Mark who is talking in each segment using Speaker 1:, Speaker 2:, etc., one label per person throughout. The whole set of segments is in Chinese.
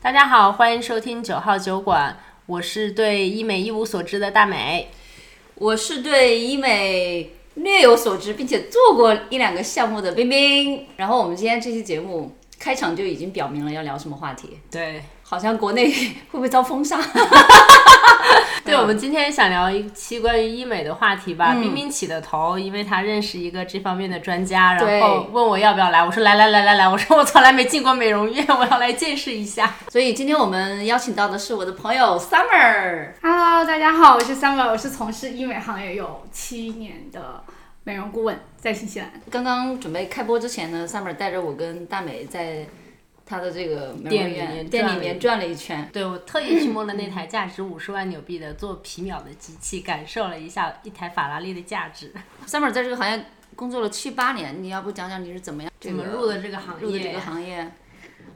Speaker 1: 大家好，欢迎收听九号酒馆，我是对医美一无所知的大美。
Speaker 2: 我是对医美略有所知，并且做过一两个项目的冰冰。然后我们今天这期节目开场就已经表明了要聊什么话题，
Speaker 1: 对，
Speaker 2: 好像国内会不会遭封杀？
Speaker 1: 对， 我们今天想聊一期关于医美的话题吧。冰冰起的头，因为她认识一个这方面的专家，然
Speaker 2: 对
Speaker 1: 后问我要不要来，我说来来来来来，我说我从来没进过美容院，我要来见识一下。
Speaker 2: 所以今天我们邀请到的是我的朋友 Summer。
Speaker 3: Hello，大家好，我是 Summer，我是从事医美行业有七年的美容顾问，在新西兰。
Speaker 2: 刚刚准备开播之前呢，Summer 带着我跟大美在他的这个美容
Speaker 1: 店里面
Speaker 2: 院店
Speaker 1: 转
Speaker 2: 里
Speaker 1: 了
Speaker 2: 面转了一圈。
Speaker 1: 对我特意去摸了那台价值五十万纽币的做皮秒的机器，感受了一下一台法拉利的价值。
Speaker 2: Summer 在这个行业工作了七八年，你要不讲讲你是怎么样这
Speaker 1: 怎
Speaker 2: 个
Speaker 1: 么入的这个行
Speaker 2: 入的这
Speaker 1: 业
Speaker 2: 个
Speaker 1: 呀？
Speaker 2: 行业？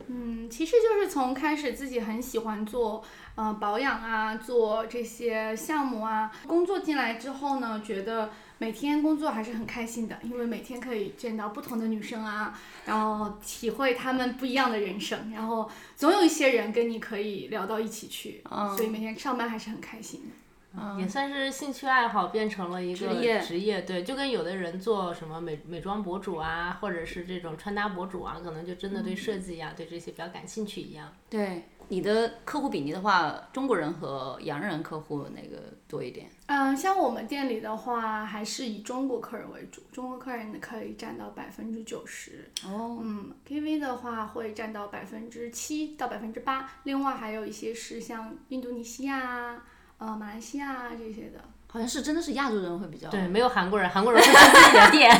Speaker 3: 嗯，其实就是从开始自己很喜欢做呃保养啊，做这些项目啊。工作进来之后呢，觉得每天工作还是很开心的，因为每天可以见到不同的女生啊，然后体会她们不一样的人生，然后总有一些人跟你可以聊到一起去，
Speaker 2: 嗯
Speaker 3: 所以每天上班还是很开心的。嗯
Speaker 1: 也算是兴趣爱好变成了一个
Speaker 2: 职业
Speaker 1: 职业，对，就跟有的人做什么美美妆博主啊，或者是这种穿搭博主啊，可能就真的对设
Speaker 3: 嗯
Speaker 1: 计呀、对这些比较感兴趣一样。
Speaker 2: 对你的客户比例的话，中国人和洋人客户那个多一点。
Speaker 3: 嗯，像我们店里的话，还是以中国客人为主，中国客人可以占到百分之九十。
Speaker 2: 哦，
Speaker 3: 嗯，KV 的话会占到百分之七到百分之八，另外还有一些是像印度尼西亚啊、呃马来西亚啊这些的。
Speaker 2: 好像是真的是亚洲人会比较
Speaker 1: 对，没有韩国人，韩国人 会开自己的店，
Speaker 3: 嗯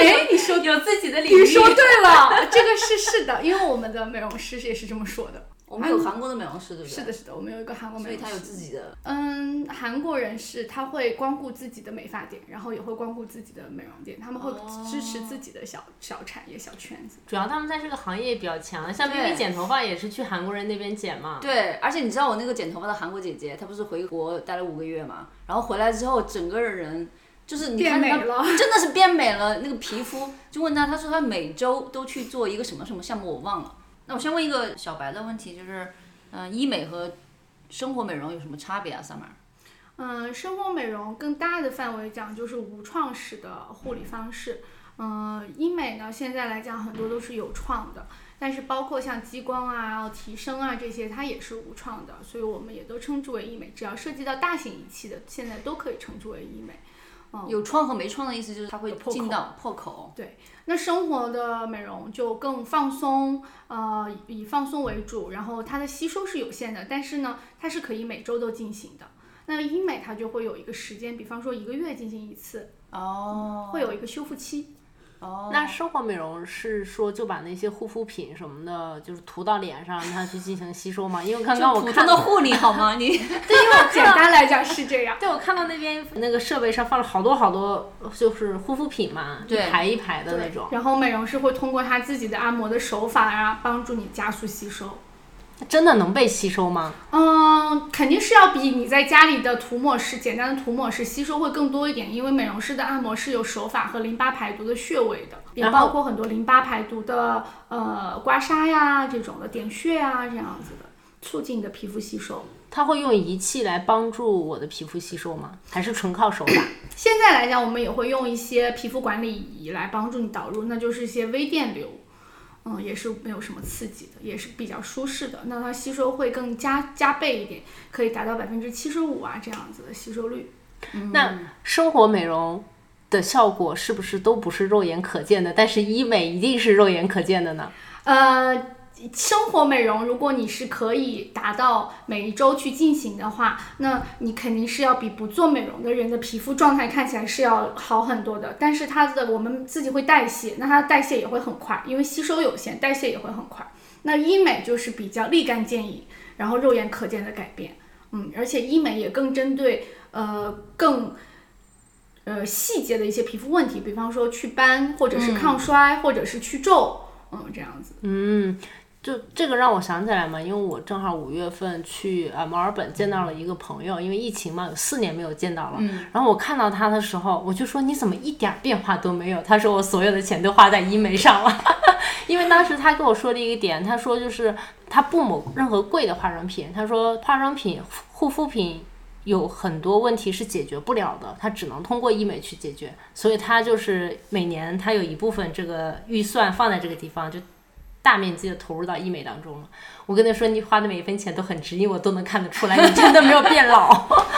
Speaker 3: 哎，你说
Speaker 1: 有自己的领域。
Speaker 3: 你说对了，这个是是的，因为我们的美容师也是这么说的。
Speaker 2: 我们有韩国的美容师，对不对？
Speaker 3: 是的，，是的，我们有一个韩国
Speaker 2: 所
Speaker 3: 美
Speaker 2: 以
Speaker 3: 容
Speaker 2: 他
Speaker 3: 师
Speaker 2: 有。自己的。啊
Speaker 3: 嗯，韩国人是他会光顾自己的美发店，然后也会光顾自己的美容店，他们会
Speaker 2: 哦
Speaker 3: 支持自己的小、小产业、小圈子。
Speaker 1: 主要他们在这个行业比较强，像冰
Speaker 2: 对
Speaker 1: 冰剪头发也是去韩国人那边剪嘛。
Speaker 2: 对，而且你知道我那个剪头发的韩国姐姐，她不是回国待了五个月嘛，然后回来之后整个人就是你看
Speaker 3: 变美
Speaker 2: 她
Speaker 3: 了，
Speaker 2: 真的是变美了，那个皮肤。就问她，她说她每周都去做一个什么什么项目，我忘了。那我先问一个小白的问题，就是，嗯、医美和生活美容有什么差别啊，Summer？
Speaker 3: 嗯，生活美容更大的范围讲就是无创式的护理方式。嗯，医美呢，现在来讲很多都是有创的，但是包括像激光啊、提升啊这些，它也是无创的，所以我们也都称之为医美。只要涉及到大型仪器的，现在都可以称之为医美。嗯
Speaker 2: 有创和没创的意思就是它会
Speaker 3: 有破口
Speaker 2: 进到破口。
Speaker 3: 那生活的美容就更放松，呃，以放松为主，然后它的吸收是有限的，但是呢，它是可以每周都进行的。那医美它就会有一个时间，比方说一个月进行一次，
Speaker 2: 哦
Speaker 3: 会有一个修复期。
Speaker 2: 哦，
Speaker 1: 那生活美容是说就把那些护肤品什么的，就是涂到脸上，让它去进行吸收吗？因为刚刚我
Speaker 2: 普
Speaker 1: 看
Speaker 2: 通的护理好 吗？你
Speaker 3: 简单来讲是这样。
Speaker 1: 对，我看到那边那个设备上放了好多好多，就是护肤品嘛，一
Speaker 2: 对
Speaker 1: 排一排 的那种，
Speaker 3: 然后美容师会通过他自己的按摩的手法啊，帮助你加速吸收。
Speaker 1: 真的能被吸收吗？
Speaker 3: 嗯，肯定是要比你在家里的涂抹式、简单的涂抹式吸收会更多一点，因为美容师的按摩是有手法和淋巴排毒的穴位的，也
Speaker 1: 然后
Speaker 3: 包括很多淋巴排毒的呃刮痧呀这种的点穴啊这样子的，促进你的皮肤吸收。
Speaker 1: 它会用仪器来帮助我的皮肤吸收吗？还是纯靠手法？
Speaker 3: 现在来讲，我们也会用一些皮肤管理仪来帮助你导入，那就是一些微电流，嗯，也是没有什么刺激的，也是比较舒适的。那它吸收会更加加倍一点，可以达到百分之七十五啊这样子的吸收率。
Speaker 1: 那生活美容的效果是不是都不是肉眼可见的？但是医美一定是肉眼可见的呢？
Speaker 3: 呃，生活美容，如果你是可以达到每一周去进行的话，那你肯定是要比不做美容的人的皮肤状态看起来是要好很多的。但是它的我们自己会代谢，那它的代谢也会很快，因为吸收有限，代谢也会很快。那医美就是比较立竿见影，然后肉眼可见的改变，嗯，而且医美也更针对呃更呃细节的一些皮肤问题，比方说祛斑，或者是抗衰，或者是去皱，嗯，这样子。
Speaker 1: 就这个让我想起来嘛，因为我正好五月份去呃墨尔本见到了一个朋友，因为疫情嘛，有四年没有见到了。然后我看到他的时候，我就说你怎么一点儿变化都没有？他 说我所有的钱都花在医美上了，因为当时他跟我说了一个点，他说就是他不抹任何贵的化妆品，他说化妆品、护肤品有很多问题是解决不了的，他只能通过医美去解决，所以他就是每年他有一部分这个预算放在这个地方，就大面积的投入到医美当中了。我跟他说，你花的每一分钱都很值，因为我都能看得出来，你真的没有变 老。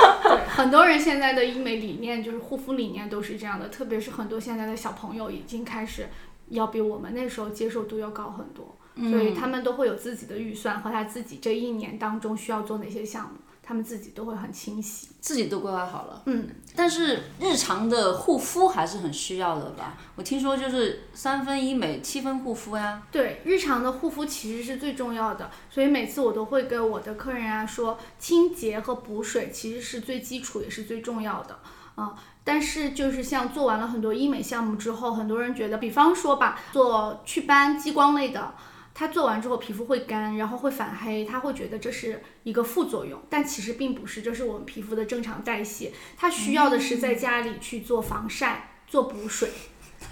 Speaker 3: 很多人现在的医美理念就是护肤理念都是这样的，特别是很多现在的小朋友已经开始要比我们那时候接受度要高很多，所以他们都会有自己的预算和他自己这一年当中需要做哪些项目，他们自己都会很清晰。
Speaker 2: 自己都规划好了。
Speaker 3: 嗯，
Speaker 2: 但是日常的护肤还是很需要的吧？我听说就是三分医美，七分护肤呀。
Speaker 3: 对，日常的护肤其实是最重要的，所以每次我都会跟我的客人啊说，清洁和补水其实是最基础也是最重要的啊。但是就是像做完了很多医美项目之后，很多人觉得，比方说吧，做祛斑、激光类的。他做完之后皮肤会干，然后会反黑，他会觉得这是一个副作用，但其实并不是，这是我们皮肤的正常代谢。他需要的是在家里去做防晒、做补水，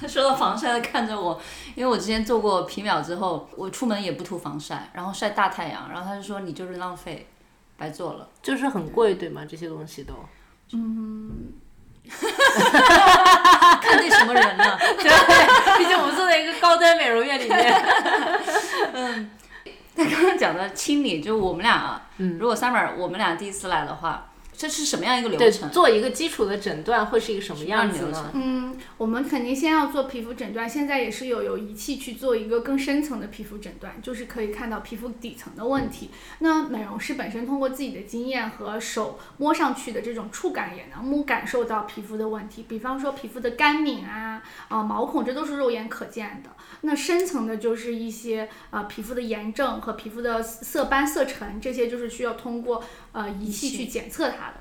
Speaker 2: 说到防晒，看着我，因为我之前做过皮秒之后，我出门也不涂防晒，然后晒大太阳，然后他就说你就是浪费，白做了。
Speaker 1: 就是很贵，对吗？这些东西都。
Speaker 2: 看对什么人 了？
Speaker 1: 对，毕竟我们坐在一个高端美容院里面。
Speaker 2: 他刚刚讲的清理，就我们俩啊，如果 Summer 我们俩第一次来的话，这是什么样一个流
Speaker 1: 对，
Speaker 2: 程？
Speaker 1: 做一个基础的诊断会是一个什么样子
Speaker 2: 流
Speaker 1: 呢
Speaker 2: 程？
Speaker 3: 嗯，我们肯定先要做皮肤诊断，现在也是有有仪器去做一个更深层的皮肤诊断，就是可以看到皮肤底层的问题。那美容师本身通过自己的经验和手摸上去的这种触感，也能摸感受到皮肤的问题，比方说皮肤的干敏啊、啊、毛孔，这都是肉眼可见的。那深层的就是一些啊、呃皮肤的炎症和皮肤的色斑、色沉，这些就是需要通过呃仪器去检测它的。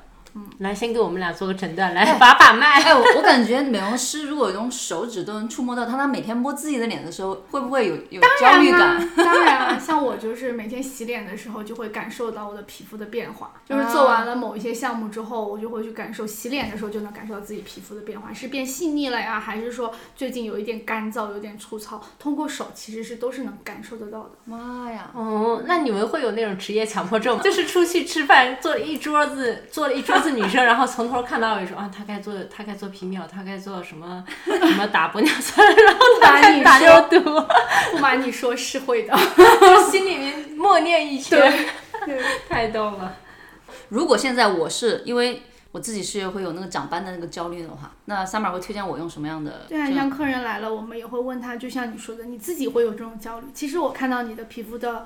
Speaker 1: 来，先给我们俩做个诊断，来把把脉。
Speaker 2: 哎，我我感觉美容师如果用手指都能触摸到，他他每天摸自己的脸的时候，会不会有有焦虑感？
Speaker 3: 当然啦，啊当然啦，像我就是每天洗脸的时候，就会感受到我的皮肤的变化。 就是做完了某一些项目之后，我就会去感受洗脸的时候就能感受到自己皮肤的变化，是变细腻了呀，还是说最近有一点干燥，有点粗糙？通过手其实是都是能感受得 到的。
Speaker 2: 妈呀！
Speaker 1: 哦，那你们会有那种职业强迫症吗？就是出去吃饭，坐了一桌子，坐了一桌子女生，然后从头看到尾说啊，她该做，她该做皮秒，她该做什么什么打玻尿酸，然后
Speaker 3: 不
Speaker 1: 她
Speaker 3: 瞒
Speaker 1: 该
Speaker 3: 你
Speaker 1: 打
Speaker 3: 说，
Speaker 1: 肉毒，
Speaker 3: 不瞒你说是会的。
Speaker 1: 我心里面默念一圈，
Speaker 3: 对
Speaker 1: 太逗了。
Speaker 2: 如果现在我是因为我自己是会有那个长斑的那个焦虑的话，那 Summer 会推荐我用什么样的？
Speaker 3: 对啊，像客人来了，我们也会问他，就像你说的，你自己会有这种焦虑。其实我看到你的皮肤的，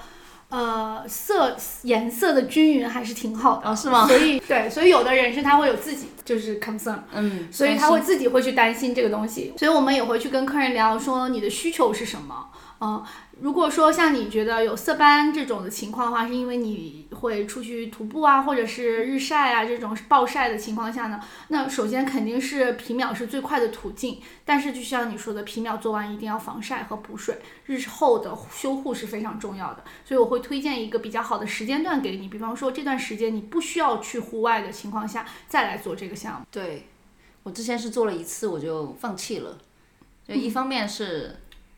Speaker 3: 呃，色颜色的均匀还是挺好的，
Speaker 2: 哦是吗
Speaker 3: 所以对，所以有的人是他会有自己就是 concern，
Speaker 2: 嗯，
Speaker 3: 所以他
Speaker 2: 担
Speaker 3: 会自己会去担心这个东西。所以我们也会去跟客人聊说你的需求是什么。嗯，如果说像你觉得有色斑这种的情况的话，是因为你会出去徒步啊，或者是日晒啊这种暴晒的情况下呢，那首先肯定是皮秒是最快的途径。但是就像你说的，皮秒做完一定要防晒和补水，日后的修护是非常重要的。所以我会推荐一个比较好的时间段给你，比方说这段时间你不需要去户外的情况下再来做这个项目。
Speaker 2: 对，我之前是做了一次我就放弃了，就
Speaker 3: 嗯
Speaker 2: 一方面是，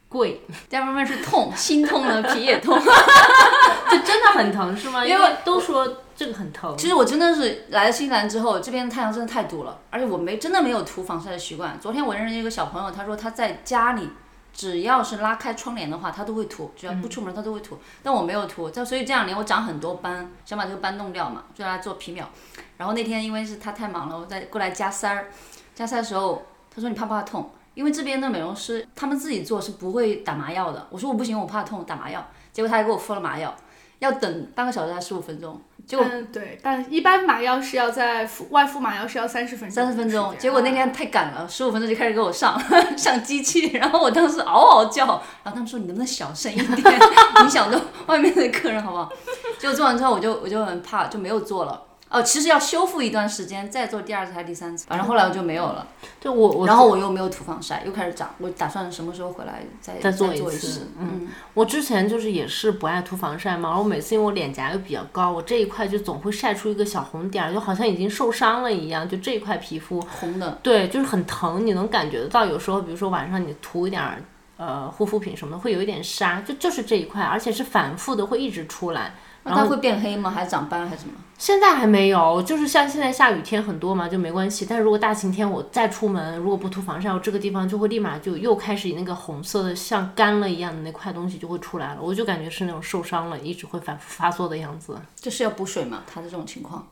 Speaker 1: 贵，
Speaker 2: 第二方面是痛，心痛 了，皮也痛。
Speaker 1: 就真的很疼是吗？
Speaker 2: 因为
Speaker 1: 都说这个很疼，
Speaker 2: 其实我真的是来了新西兰之后，这边的太阳真的太毒了，而且我没真的没有涂防晒的习惯。昨天我认识一个小朋友，他说他在家里只要是拉开窗帘的话，他都会涂，只要不出门他都会涂。但我没有涂，但所以这两年我长很多斑，想把这个斑弄掉嘛，就让他做皮秒。然后那天因为是他太忙了，我再过来加塞儿，加塞儿的时候他说你怕不怕痛？因为这边的美容师他们自己做是不会打麻药的。我说我不行，我怕痛，打麻药。结果他还给我敷了麻药，要等半个小时还是十五分钟，结果
Speaker 3: 嗯，对，但一般麻药是要在敷外敷麻药是要三十分钟，
Speaker 2: 三十分钟，
Speaker 3: 是这
Speaker 2: 结
Speaker 3: 样
Speaker 2: 果那天太赶了，十五分钟就开始给我上上机器，然后我当时嗷嗷叫，然后他们说你能不能小声一点， 影响到外面的客人好不好？结果做完之后我就我就很怕，就没有做了。哦，其实要修复一段时间，再做第二次还是第三次，反正后来我就没有了。
Speaker 1: 就我我
Speaker 2: 然后我又没有涂防晒，又开始长。我打算什么时候回来再
Speaker 1: 再做
Speaker 2: 做
Speaker 1: 一
Speaker 2: 一
Speaker 1: 次
Speaker 2: 嗯，
Speaker 1: 我之前就是也是不爱涂防晒嘛，然后每次因为我脸颊又比较高，我这一块就总会晒出一个小红点儿，就好像已经受伤了一样，就这一块皮肤，
Speaker 2: 红的。
Speaker 1: 嗯对，就是很疼，你能感觉得到。有时候比如说晚上你涂一点儿呃护肤品什么的，会有一点沙，就就是这一块，而且是反复的，会一直出来。
Speaker 2: 那它会变黑吗？还是长斑还是什么？
Speaker 1: 现在还没有，就是像现在下雨天很多嘛，就没关系。但如果大晴天，我再出门，如果不涂防晒，我这个地方就会立马就又开始那个红色的，像干了一样的那块东西就会出来了，我就感觉是那种受伤了，一直会反复发作的样子。
Speaker 2: 这是要补水吗？它的这种情况，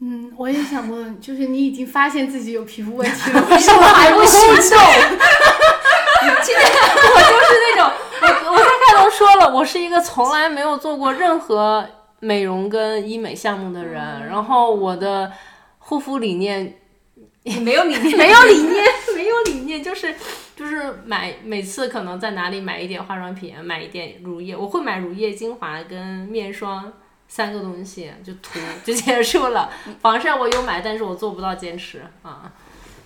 Speaker 3: 嗯，我也想问，就是你已经发现自己有皮肤问题 了，为
Speaker 2: 什么还不行
Speaker 3: 动？
Speaker 2: 今天我就是那种
Speaker 1: 我大概都说了，我是一个从来没有做过任何美容跟医美项目的人，然后我的护肤理念
Speaker 2: 你 没有理念，
Speaker 1: 没有理念，没有理念，就是就是买每次可能在哪里买一点化妆品，买一点乳液，我会买乳液、精华跟面霜三个东西就涂就结束了。
Speaker 2: 嗯
Speaker 1: 防晒我有买，但是我做不到坚持啊。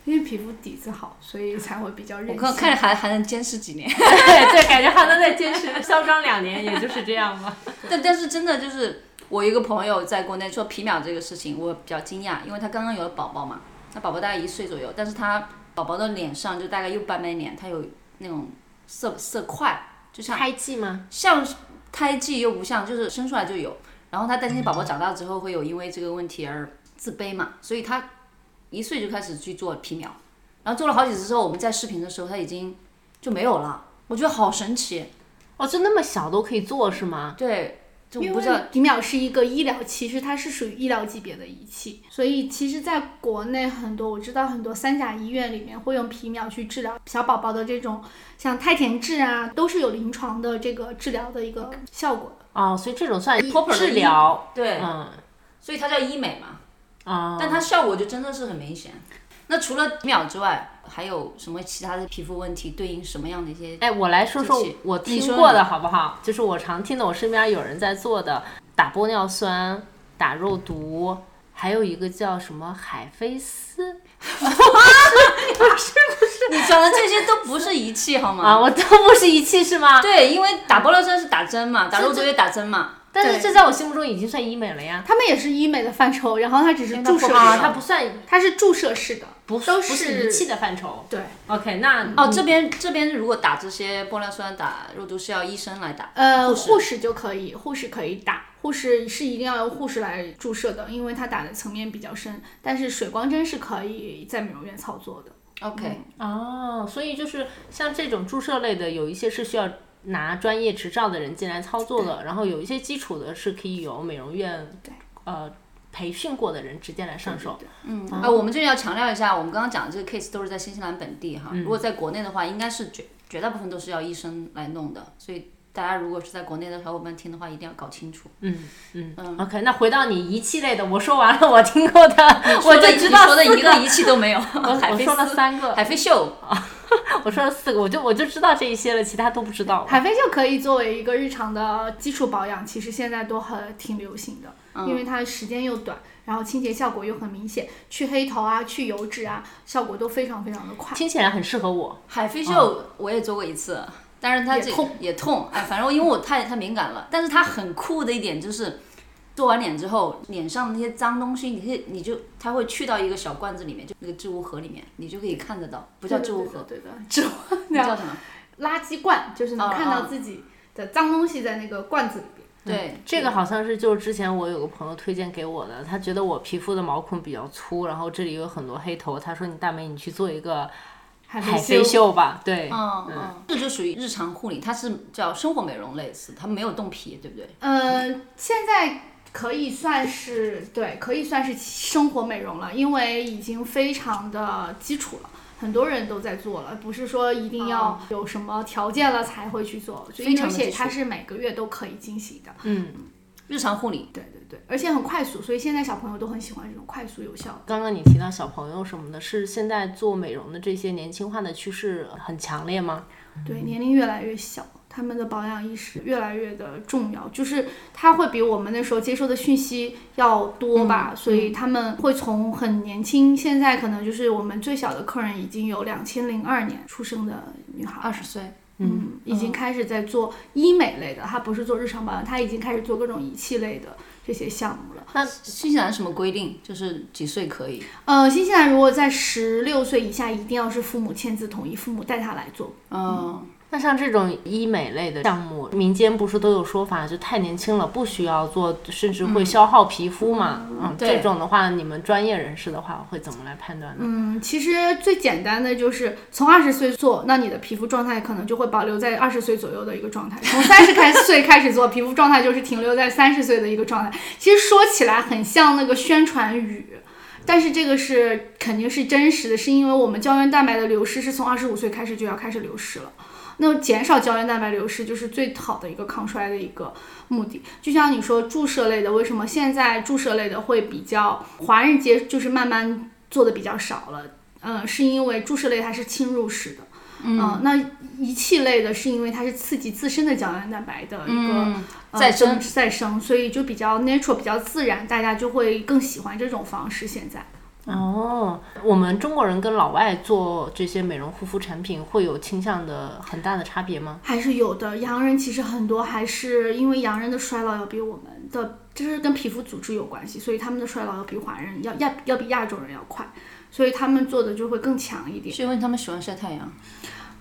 Speaker 3: 因为皮肤底子好，所以才会比较任
Speaker 2: 我
Speaker 3: 性。
Speaker 2: 看看着还还能坚持几年。
Speaker 1: 对对，感觉还能再坚持 嚣张两年，也就是这样吧。
Speaker 2: 但但是真的就是我一个朋友在国内做皮秒这个事情，我比较惊讶，因为他刚刚有了宝宝嘛，他宝宝大概一岁左右，但是他宝宝的脸上就大概又半边脸，他有那种色 色块，就像
Speaker 1: 胎记吗？
Speaker 2: 像胎记又不像，就是生出来就有。然后他担心宝宝长大之后会有因为这个问题而自卑嘛，所以他一岁就开始去做皮秒，然后做了好几次之后，我们在视频的时候他已经就没有了，我觉得好神奇。啊
Speaker 1: 哦，就那么小都可以做是吗？
Speaker 2: 对，就
Speaker 3: 因
Speaker 2: 我不
Speaker 3: 为
Speaker 2: 知道
Speaker 3: 皮秒是一个医疗器，是它是属于医疗级别的仪器，所以其实在国内很多我知道很多三甲医院里面会用皮秒去治疗小宝宝的这种像胎前痣啊，都是有临床的这个治疗的一个效果的。
Speaker 1: 哦，所以这种算
Speaker 2: Proper 的
Speaker 1: 治疗，
Speaker 2: 对，
Speaker 1: 嗯，
Speaker 2: 所以它叫医美嘛，
Speaker 1: 哦，
Speaker 2: 但它效果就真的是很明显。那除了皮秒之外，还有什么其他的皮肤问题对应什么样的 一些？
Speaker 1: 哎，我来说说
Speaker 2: 就是
Speaker 1: 我
Speaker 2: 你
Speaker 1: 听
Speaker 2: 说
Speaker 1: 过
Speaker 2: 你
Speaker 1: 的好不好？就是我常听的，我身边有人在做的，打玻尿酸、打肉毒，还有一个叫什么海飞丝
Speaker 2: 你讲的这些都不是仪器好吗？
Speaker 1: 啊，我都不是仪器是吗？
Speaker 2: 对，因为打玻尿酸是打针嘛，打肉毒也打针嘛，
Speaker 1: 但是
Speaker 3: 对
Speaker 1: 这在我心目中已经算医美了呀。
Speaker 3: 他们也是医美的范畴，然后它只是
Speaker 2: 因为它
Speaker 3: 注射
Speaker 2: 不好
Speaker 1: 啊，
Speaker 2: 是
Speaker 1: 它
Speaker 3: 式，
Speaker 1: 不算，
Speaker 3: 它是注射式的，
Speaker 1: 不
Speaker 3: 都
Speaker 1: 不是仪器的范畴。
Speaker 3: 对。
Speaker 1: OK，那
Speaker 2: 哦，这边这边如果打这些玻尿酸、打肉毒是要医生来打，
Speaker 3: 呃，
Speaker 2: 护士
Speaker 3: 护士就可以，护士可以打，护士是一定要由护士来注射的，因为它打的层面比较深。但是水光针是可以在美容院操作的。
Speaker 2: OK，
Speaker 1: 哦，所以就是像这种注射类的，有一些是需要拿专业执照的人进来操作的，然后有一些基础的是可以有美容院
Speaker 3: 对
Speaker 1: 呃培训过的人直接来上手。
Speaker 2: 嗯，啊，我们这里要强调一下，我们刚刚讲的这个 case 都是在新西兰本地哈，
Speaker 1: 嗯
Speaker 2: 如果在国内的话，应该是绝绝大部分都是要医生来弄的，所以大家如果是在国内的小伙伴听的话，一定要搞 清楚。
Speaker 1: 嗯嗯 o k 那回到你仪器类的，我说完了，我听过的，我
Speaker 2: 说的
Speaker 1: 就知道
Speaker 2: 你说的
Speaker 1: 四
Speaker 2: 一个仪器都没有，
Speaker 1: 我
Speaker 2: 海
Speaker 1: 我
Speaker 2: 飞
Speaker 1: 说了
Speaker 2: 丝
Speaker 1: 三个，
Speaker 2: 海飞秀，
Speaker 1: 我说了四个，我就我就知道这一些了，其他都不知道。
Speaker 3: 海飞就可以作为一个日常的基础保养，其实现在都很挺流行的，
Speaker 2: 嗯
Speaker 3: 因为它时间又短，然后清洁效果又很明显，去黑头啊、去油脂啊，效果都非常非常的快。
Speaker 1: 听起来很适合我，
Speaker 2: 海飞秀我也做过一次，但是它
Speaker 3: 也
Speaker 2: 这
Speaker 3: 痛
Speaker 2: 也痛，哎，反正因为我太太敏感了。但是它很酷的一点就是，做完脸之后，脸上那些脏东西，你可以你就它会去到一个小罐子里面，就那个置物盒里面，你就可以看得到，不叫置物盒，
Speaker 3: 对的，对 的置物
Speaker 2: 那叫什么？
Speaker 3: 垃圾罐，就是能
Speaker 2: 哦
Speaker 3: 看到
Speaker 2: 哦
Speaker 3: 自己的脏东西在那个罐子里边。
Speaker 2: 对，
Speaker 1: 这个好像是就是之前我有个朋友推荐给我的，他觉得我皮肤的毛孔比较粗，然后这里有很多黑头，他说你大美你去做一个
Speaker 3: 海
Speaker 1: 海
Speaker 3: 秀
Speaker 1: 飞秀吧，对，
Speaker 2: 嗯嗯，这就属于日常护理，它是叫生活美容类似，它没有动皮，对不对？
Speaker 3: 呃，现在可以算是对，可以算是生活美容了，因为已经非常的基础了。很多人都在做了，不是说一定要有什么条件了才会去做，就
Speaker 2: 哦非
Speaker 3: 因为
Speaker 2: 常
Speaker 3: 而
Speaker 2: 的
Speaker 3: 且
Speaker 2: 基础
Speaker 3: 它是每个月都可以进行的，
Speaker 2: 日常护理，
Speaker 3: 对对对，而且很快速，所以现在小朋友都很喜欢这种快速有效的。
Speaker 1: 刚刚你提到小朋友什么的，是现在做美容的这些年轻化的趋势很强烈吗？
Speaker 3: 对，年龄越来越小，他们的保养意识越来越的重要，就是他会比我们那时候接受的讯息要多
Speaker 2: 嗯
Speaker 3: 吧，所以他们会从很年轻，现在可能就是我们最小的客人已经有两千零二年出生的女孩，嗯
Speaker 2: 二十嗯岁，
Speaker 3: 嗯，已经开始在做医美类的，她不是做日常保养，她已经开始做各种仪器类的，这些项目了。
Speaker 2: 新西兰什么规定？就是几岁可以？
Speaker 3: 呃，新西兰如果在十六岁以下，一定要是父母签字同意，父母带他来做。
Speaker 2: 嗯，
Speaker 1: 那像这种医美类的项目，民间不是都有说法，就太年轻了不需要做，甚至会消耗皮肤嘛？嗯，
Speaker 2: 对
Speaker 1: 这种的话，你们专业人士的话会怎么来判断呢？
Speaker 3: 嗯，其实最简单的就是从二十岁做，那你的皮肤状态可能就会保留在二十岁左右的一个状态。从三十开 岁开始做，皮肤状态就是停留在三十岁的一个状态。其实说起来很像那个宣传语。但是这个是肯定是真实的，是因为我们胶原蛋白的流失是从二十五岁开始就要开始流失了。那减少胶原蛋白流失就是最好的一个抗衰的一个目的。就像你说注射类的，为什么现在注射类的会比较华人街就是慢慢做的比较少了？嗯，是因为注射类它是侵入式的，嗯、那仪器类的是因为它是刺激自身的胶原蛋白的一个、呃
Speaker 2: 再嗯生
Speaker 3: 增再生，所以就比较 natural 比较自然，大家就会更喜欢这种方式。现在。
Speaker 1: 哦，我们中国人跟老外做这些美容护肤产品会有倾向的很大的差别吗？
Speaker 3: 还是有的。洋人其实很多还是因为洋人的衰老要比我们的，就是跟皮肤组织有关系，所以他们的衰老要比华人要亚要比亚洲人要快，所以他们做的就会更强一点，
Speaker 2: 是因为他们喜欢晒太阳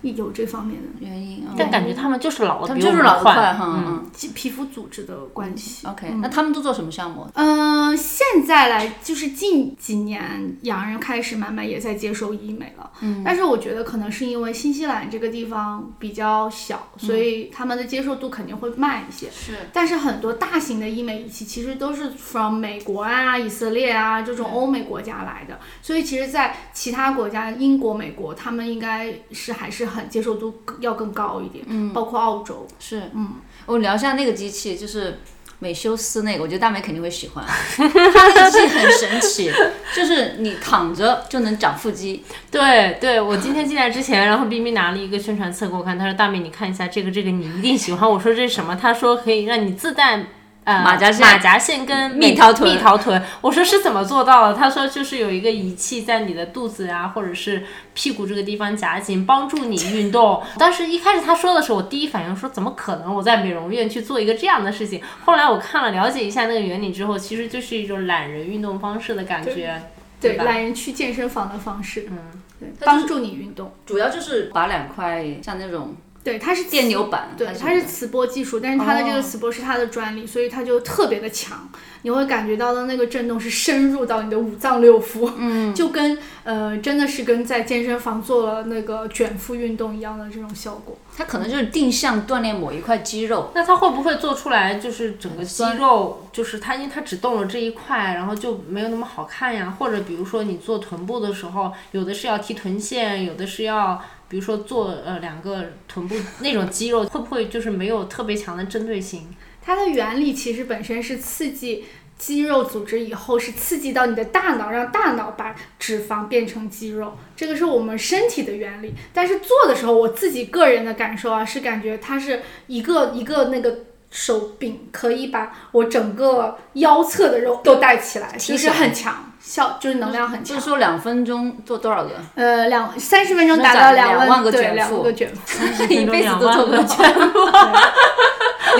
Speaker 3: 有这方面的
Speaker 2: 原因。嗯
Speaker 1: 但感觉他们就是老的，
Speaker 2: 他哦们就是老得快哈。
Speaker 1: 嗯，
Speaker 2: 嗯
Speaker 3: 肌皮肤组织的关系。
Speaker 2: OK，那他们都做什么项目？
Speaker 3: 嗯、现在来就是近几年，洋人开始慢慢也在接受医美了。嗯，但是我觉得可能是因为新西兰这个地方比较小，所以他们的接受度肯定会慢一些。
Speaker 2: 是
Speaker 3: 但是很多大型的医美仪器其实都是 from 美国啊、以色列啊这种欧美国家来的，所以其实，在其他国家，英国、美国，他们应该是还是很接受度更要更高一点，嗯，包括澳洲，
Speaker 2: 是，嗯，我聊一下那个机器，就是美修斯那个，我觉得大美肯定会喜欢。 它那个机器很神奇，就是你躺着就能长腹肌，
Speaker 1: 对对，我今天进来之前，然后冰冰拿了一个宣传册给我看，他说：“大美，你看一下这个这个，你一定喜欢。”我说：“这是什么？”他说：“可以让你自带。”呃，
Speaker 2: 马甲线
Speaker 1: 马甲线跟
Speaker 2: 蜜
Speaker 1: 美
Speaker 2: 桃臀
Speaker 1: 蜜桃臀，我说是怎么做到的？他说就是有一个仪器在你的肚子啊，或者是屁股这个地方夹紧，帮助你运动。当时一开始他说的时候，我第一反应说怎么可能？我在美容院去做一个这样的事情。后来我看了了解一下那个原理之后，其实就是一种懒人运动方式的感觉，
Speaker 3: 对，
Speaker 1: 吧？
Speaker 3: 懒人去健身房的方式，嗯，对，
Speaker 2: 它就是
Speaker 3: 帮助你运动，
Speaker 2: 主要就是把两块像那种
Speaker 3: 对，它是
Speaker 2: 电。流板，
Speaker 3: 对
Speaker 2: 还，
Speaker 3: 它
Speaker 2: 什
Speaker 3: 是
Speaker 2: 么的
Speaker 3: 磁波技术，但是它的这
Speaker 2: 哦
Speaker 3: 个磁波是它的专利，所以它就特别的强，你会感觉到的那个震动是深入到你的五脏六腑，嗯，就跟呃真的是跟在健身房做了那个卷腹运动一样的这种效果。
Speaker 2: 它可能就是定向锻炼某一块肌肉。
Speaker 1: 那它会不会做出来就是整个肌肉，就是它因为它只动了这一块，然后就没有那么好看呀？或者比如说你做臀部的时候，有的是要提臀线，有的是要比如说做呃两个臀部那种肌肉，会不会就是没有特别强的针对性？
Speaker 3: 它的原理其实本身是刺激肌肉组织以后是刺激到你的大脑，让大脑把脂肪变成肌肉，这个是我们身体的原理。但是做的时候，我自己个人的感受啊，是感觉它是一个一个那个。手柄可以把我整个腰侧的肉都带起来，就
Speaker 2: 起
Speaker 3: 是
Speaker 2: 来
Speaker 3: 很强，效就是能量很
Speaker 2: 就是
Speaker 3: 强。
Speaker 2: 说两分钟做多少个？
Speaker 3: 呃，两三十分钟
Speaker 2: 能
Speaker 3: 达
Speaker 2: 攒
Speaker 3: 到两
Speaker 2: 两万个卷
Speaker 3: 对两
Speaker 2: 腹
Speaker 3: 万个卷腹，
Speaker 2: 一辈子都做不了
Speaker 1: 两万个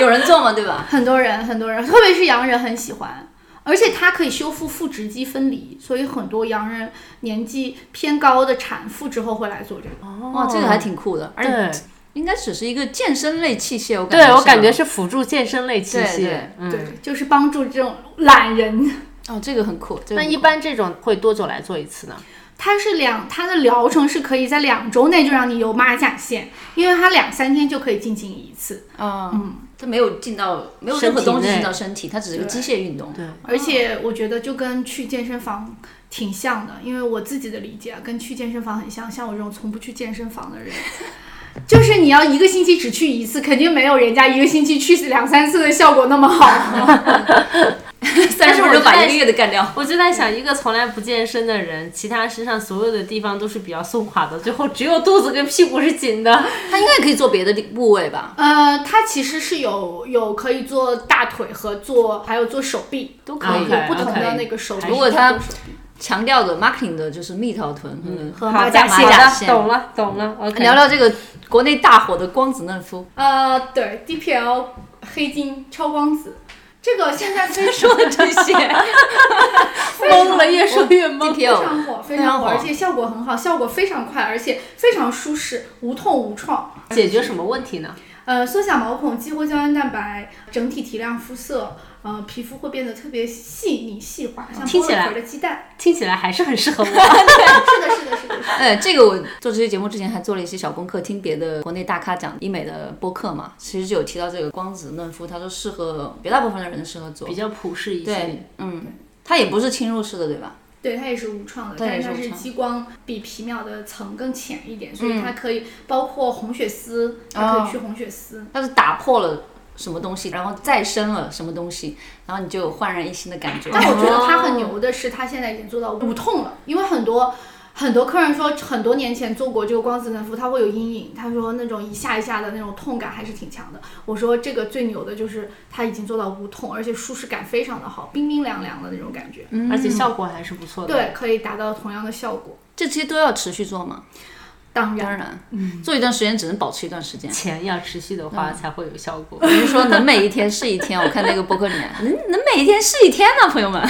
Speaker 2: 有人做吗？对吧？
Speaker 3: 很多人，很多人， 特别是洋人很喜欢，而且它可以修复腹直肌分离，所以很多洋人年纪偏高的产妇之后会来做这个。
Speaker 1: 哦
Speaker 2: 哇，这个还挺酷的，而且
Speaker 1: 对
Speaker 2: 应该只是一个健身类器械，我感觉
Speaker 1: 对，我
Speaker 2: 是
Speaker 1: 感觉
Speaker 2: 吧
Speaker 1: 是辅助健身类器
Speaker 2: 对
Speaker 1: 械
Speaker 2: 对。
Speaker 1: 嗯，
Speaker 3: 对，就是帮助这种懒人。
Speaker 2: 哦，这个很酷。这个
Speaker 1: 那
Speaker 2: 很
Speaker 1: 一
Speaker 2: 酷
Speaker 1: 般这种会多久来做一次呢？
Speaker 3: 它是两，它的疗程是可以在两周内就让你有马甲线，因为它两三天就可以进行一次，
Speaker 2: 啊，它没有进到没有任何
Speaker 1: 身体
Speaker 2: 东西进
Speaker 1: 内
Speaker 2: 到身体，它只是一个机械运动。
Speaker 1: 对，
Speaker 3: 而且我觉得就跟去健身房挺像的，因为我自己的理解啊跟去健身房很像，像我这种从不去健身房的人。就是你要一个星期只去一次，肯定没有人家一个星期去两三次的效果那么好。
Speaker 2: 三十分钟
Speaker 1: 但是
Speaker 2: 把
Speaker 1: 我
Speaker 2: 一个月的干掉。
Speaker 1: 我就在想，一个从来不健身的人，其他身上所有的地方都是比较松垮的，最后只有肚子跟屁股是紧的。
Speaker 2: 它应该可以做别的部位吧？
Speaker 3: 呃，它其实是有有可以做大腿和做，还有做手臂都可以，
Speaker 1: OK，
Speaker 3: 有不同
Speaker 1: OK
Speaker 3: 的那个手臂。
Speaker 2: 如果它
Speaker 3: 做手臂
Speaker 2: 强调的 marketing 的就是蜜桃臀嗯
Speaker 3: 和
Speaker 1: 好
Speaker 3: 马
Speaker 1: 的
Speaker 3: 甲
Speaker 2: 马甲
Speaker 3: 线，
Speaker 2: 线
Speaker 1: 懂了懂嗯了。OK，
Speaker 2: 哎聊聊这个国内大火的光子嫩肤，
Speaker 3: 呃，对，DPL 黑金超光子。这个现在非常
Speaker 2: 说的这些，
Speaker 1: 懵了，越说越
Speaker 2: 今
Speaker 1: 懵。
Speaker 2: 天
Speaker 3: 非
Speaker 2: 我
Speaker 3: 常火，非
Speaker 2: 非常
Speaker 3: 常火，
Speaker 2: 火
Speaker 3: 而且效果很好，效果非常快，而且非常舒适，无痛无创。
Speaker 1: 解决什么问题呢？
Speaker 3: 呃，缩小毛孔，激活胶原蛋白，整体提亮肤色，呃，皮肤会变得特别细腻细滑，像
Speaker 1: 听
Speaker 3: 剥
Speaker 1: 起
Speaker 3: 了
Speaker 1: 来
Speaker 3: 壳的 鸡蛋。
Speaker 1: 听起来还是很适合我。
Speaker 3: 是的，是的，是的，是的。
Speaker 2: 哎，这个我做这些节目之前还做了一些小功课，听别的国内大咖讲医美的播客嘛，其实就有提到这个光子嫩肤，他说适合绝大部分的人适合做
Speaker 1: 比。较普适一些
Speaker 2: 对，，嗯，它也不是侵入式的，对吧？
Speaker 3: 对，它也是无创的，
Speaker 2: 它
Speaker 3: 但
Speaker 2: 也
Speaker 3: 是它
Speaker 2: 是无
Speaker 3: 是
Speaker 2: 创
Speaker 3: 激光比皮秒的层更浅一点，所以它可以包括红血丝，它可以去红血丝。
Speaker 2: 它是打破了什么东西，然后再生了什么东西，然后你就有焕然一新的感觉。
Speaker 3: 但我觉得他很牛的是，他现在已经做到无痛了，因为很多。很多客人说，很多年前做过这个光子嫩肤，他会有阴影。他说那种一下一下的那种痛感还是挺强的。我说这个最牛的就是他已经做到无痛，而且舒适感非常的好，冰冰凉凉的那种感觉。
Speaker 2: 嗯
Speaker 1: 而且效果还是不错的。
Speaker 3: 对，可以达到同样的效果。
Speaker 2: 这些都要持续做嘛？
Speaker 3: 当然，
Speaker 2: 当然，
Speaker 1: 嗯
Speaker 2: 做一段时间只能保持一段时间。
Speaker 1: 钱要持续的
Speaker 2: 嗯
Speaker 1: 话才会有效果。
Speaker 2: 比如说能每一天是一天，我看那个博客里面，能能每一天是一天呢、朋友们。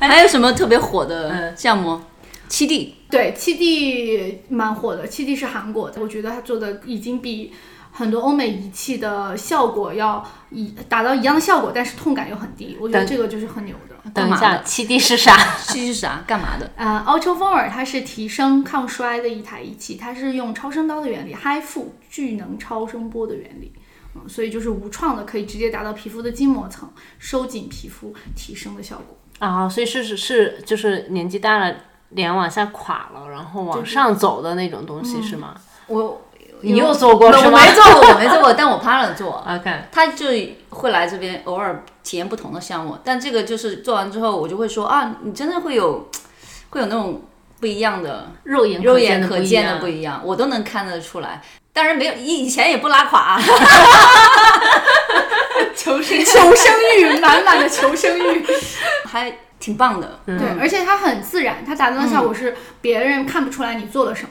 Speaker 2: 还有什么特别火
Speaker 1: 嗯
Speaker 2: 的项目？七 D
Speaker 3: 对七 D 蛮火的，七 D 是韩国的，我觉得他做的已经比很多欧美仪器的效果要一达到一样的效果，但是痛感又很低。我觉得
Speaker 1: 但
Speaker 3: 这个就是很牛的。
Speaker 1: 等一
Speaker 2: 干嘛
Speaker 1: 下，七 D 是啥？
Speaker 2: 七 D 是啥？干嘛的？
Speaker 3: 呃，Ultra Former 它是提升抗衰的一台仪器，它是用超声刀的原理，Hi Fu 聚能超声波的原理，嗯，所以就是无创的，可以直接达到皮肤的筋膜层，收紧皮肤提升的效果。
Speaker 1: 啊，所以是是是，就是年纪大了，脸往下垮了，然后往上走的那种东西
Speaker 2: 嗯
Speaker 1: 是吗？
Speaker 2: 我
Speaker 1: 你又做过是
Speaker 2: 我
Speaker 1: 吗
Speaker 2: 没做过，我没做过，但我 partner 做，
Speaker 1: ？OK，
Speaker 2: 他就会来这边偶尔体验不同的项目。但这个就是做完之后，我就会说啊，你真的会有会有那种不一样的
Speaker 1: 肉眼
Speaker 2: 肉眼可见
Speaker 1: 的
Speaker 2: 的
Speaker 1: 不
Speaker 2: 不
Speaker 1: 一样。
Speaker 2: 一样，我都能看得出来。当然没有以以前也不拉垮、啊，
Speaker 3: 求生求生欲，满满的求生欲。
Speaker 2: 还挺棒的。
Speaker 3: 对，而且它很自然，它达到的效果是别人看不出来你做了什么。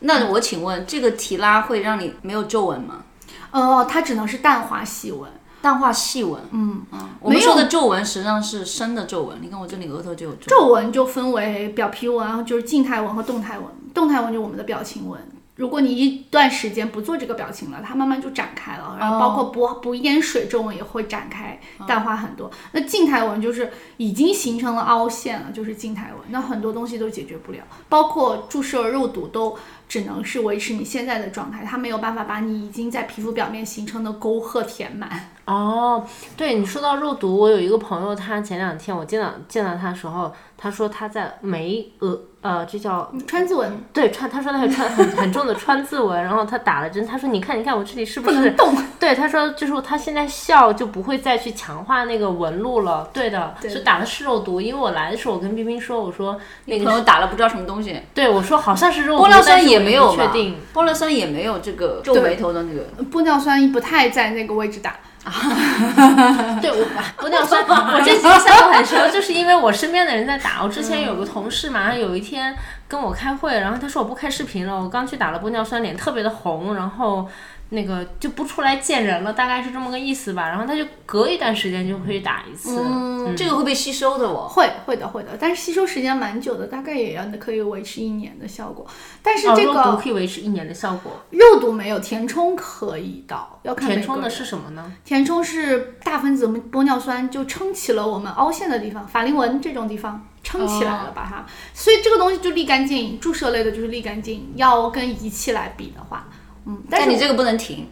Speaker 2: 那我请问，这个提拉会让你没有皱纹吗？
Speaker 3: 呃，它只能是淡化细纹。
Speaker 2: 淡化细纹，
Speaker 3: 嗯，
Speaker 2: 嗯，我们
Speaker 3: 没有
Speaker 2: 说的皱纹实际上是深的皱纹。你看我这里额头就有皱纹，
Speaker 3: 皱纹就分为表皮纹，然后就是静态纹和动态纹。动态纹就是我们的表情纹。如果你一段时间不做这个表情了，它慢慢就展开了，然后包
Speaker 1: 哦
Speaker 3: 括不、不淹水皱纹也会展开，淡化很多。那静态纹就是已经形成了凹陷了，就是静态纹。那很多东西都解决不了，包括注射肉毒都只能是维持你现在的状态，它没有办法把你已经在皮肤表面形成的沟壑填满。
Speaker 1: 哦，对你说到肉毒，我有一个朋友，他前两天我见到见到他的时候，他说他在眉额呃，这叫
Speaker 3: 川字纹
Speaker 1: 对川，他说他有川很很重的川字纹，然后他打了针，他说你看你看我这里是不
Speaker 3: 不能
Speaker 1: 是？
Speaker 3: 动。
Speaker 1: 对，他说就是他现在笑就不会再去强化那个纹路了。对的，
Speaker 3: 对
Speaker 1: 就打的是肉毒，因为我来的时候我跟冰冰说，我说那
Speaker 2: 朋
Speaker 1: 个
Speaker 2: 友打了不知道什么东西，
Speaker 1: 对我说好像是肉毒，
Speaker 2: 玻尿
Speaker 1: 但
Speaker 2: 酸
Speaker 1: 是
Speaker 2: 也
Speaker 1: 我
Speaker 2: 没有
Speaker 1: 不确
Speaker 2: 吧
Speaker 1: 定。？
Speaker 2: 玻尿酸也没有这个皱眉头的那个，
Speaker 3: 玻尿酸不太在那个位置打，
Speaker 1: 对，我玻尿 酸，我这几个项目很熟，就是因为我身边的人在打。我之前有个
Speaker 3: 嗯
Speaker 1: 同事嘛，有一天跟我开会，然后他说我不开视频了，我刚去打了玻尿酸，脸特别的红，然后那个就不出来见人了，大概是这么个意思吧。然后他就隔一段时间就会去打一次。
Speaker 2: 嗯这个会被吸收的哦。
Speaker 3: 会会的会的，但是吸收时间蛮久的，大概也要可以维持一年的效果。但是
Speaker 1: 哦
Speaker 3: 这
Speaker 1: 肉毒
Speaker 3: 个
Speaker 1: 可以维持一年的效果。
Speaker 3: 肉毒没有，填充可以到，要看
Speaker 1: 填
Speaker 3: 每
Speaker 1: 充
Speaker 3: 个
Speaker 1: 的
Speaker 3: 人
Speaker 1: 是什么呢？
Speaker 3: 填充是大分子玻尿酸，就撑起了我们凹陷的地方，法令纹这种地方撑起来
Speaker 1: 哦
Speaker 3: 了，把它。所以这个东西就立竿见影，注射类的就是立竿见影。要跟仪器来比的话，嗯，但
Speaker 2: 但
Speaker 3: 是
Speaker 2: 你这个不能停，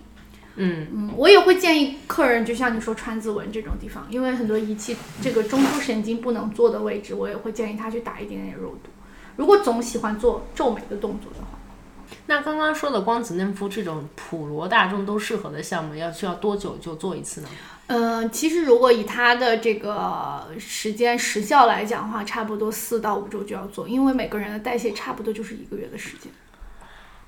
Speaker 3: 嗯，我也会建议客人，就像你说川字纹这种地方，因为很多仪器这个中枢神经不能做的位置，我也会建议他去打一点点肉毒。如果总喜欢做皱眉的动作的话，
Speaker 1: 那刚刚说的光子嫩肤这种普罗大众都适合的项目，要需要多久就做一次呢？
Speaker 3: 呃，其实如果以它的这个时间时效来讲的话，差不多四到五周就要做，因为每个人的代谢差不多就是一个月的时间。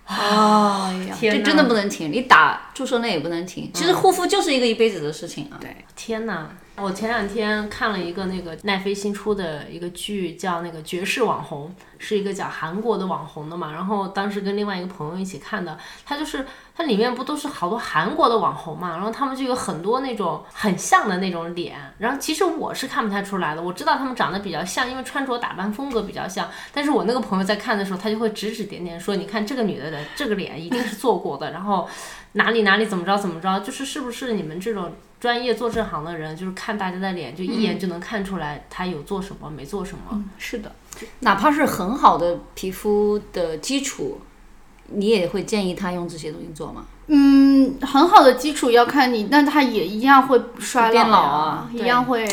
Speaker 2: 哦，
Speaker 1: 天
Speaker 2: 这
Speaker 1: 哪
Speaker 2: 真的不能停。你打注射那也不能停。其实护肤就是一个一辈子的事情啊。
Speaker 3: 对，
Speaker 1: 天哪！我前两天看了一个那个奈飞新出的一个剧，叫那个《绝世网红》，是一个讲韩国的网红的嘛。然后当时跟另外一个朋友一起看的，它就是它里面不都是好多韩国的网红嘛，然后他们就有很多那种很像的那种脸。然后其实我是看不太出来的，我知道他们长得比较像，因为穿着打扮风格比较像。但是我那个朋友在看的时候，他就会指指点点说：“你看这个女的的这个脸一定是做过的，然后哪里哪里怎么着怎么着，就是是不是你们这种。”专业做这行的人，就是看大家的脸，就一眼就能看出来他有做什么，没做什么。
Speaker 3: 嗯
Speaker 2: 是的，哪怕是很好的皮肤的基础，你也会建议他用这些东西做吗？
Speaker 3: 嗯，很好的基础要看你，但它也一样会衰
Speaker 2: 变
Speaker 3: 老
Speaker 2: 老啊
Speaker 3: 一
Speaker 2: 对
Speaker 3: 样会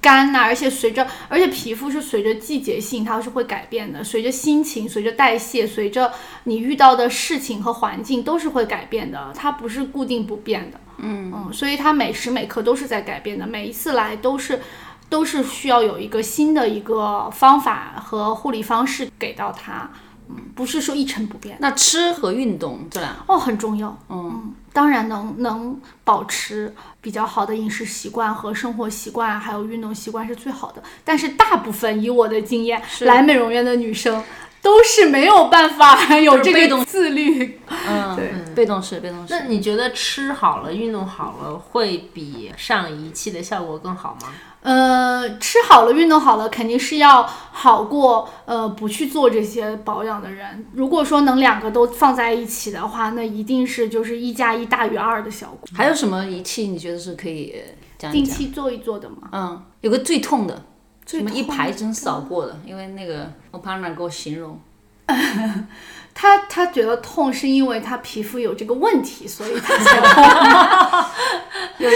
Speaker 3: 干呐、而且随着，而且皮肤是随着季节性它是会改变的，随着心情、随着代谢、随着你遇到的事情和环境都是会改变的，它不是固定不变的。嗯嗯，所以它每时每刻都是在改变的，每一次来都是。都是需要有一个新的一个方法和护理方式给到它，嗯，不是说一成不变。
Speaker 2: 那吃和运动这两，
Speaker 3: 哦，很重要。嗯，当然能能保持比较好的饮食习惯和生活习惯，还有运动习惯是最好的。但是大部分以我的经验，来美容院的女生都是没有办法有
Speaker 2: 就是
Speaker 3: 这
Speaker 2: 被
Speaker 3: 个
Speaker 2: 动
Speaker 3: 自律。
Speaker 2: 嗯，
Speaker 3: 对，
Speaker 2: 被动式，被动
Speaker 1: 那
Speaker 2: 式。
Speaker 1: 你觉得吃好了，运动好了，会比上一期的效果更好吗？
Speaker 3: 呃，吃好了，运动好了，肯定是要好过呃不去做这些保养的人。如果说能两个都放在一起的话，那一定是就是一加一大于二的效果。
Speaker 2: 还有什么仪器你觉得是可以呃讲一
Speaker 3: 定
Speaker 2: 讲？
Speaker 3: 期做一做的嘛。
Speaker 2: 嗯，有个最痛的，
Speaker 3: 最
Speaker 2: 什么一
Speaker 3: 痛
Speaker 2: 排针扫过的，因为那个我 partner 给我形容，
Speaker 3: 他他觉得痛是因为他皮肤有这个问题，所以他才 痛。有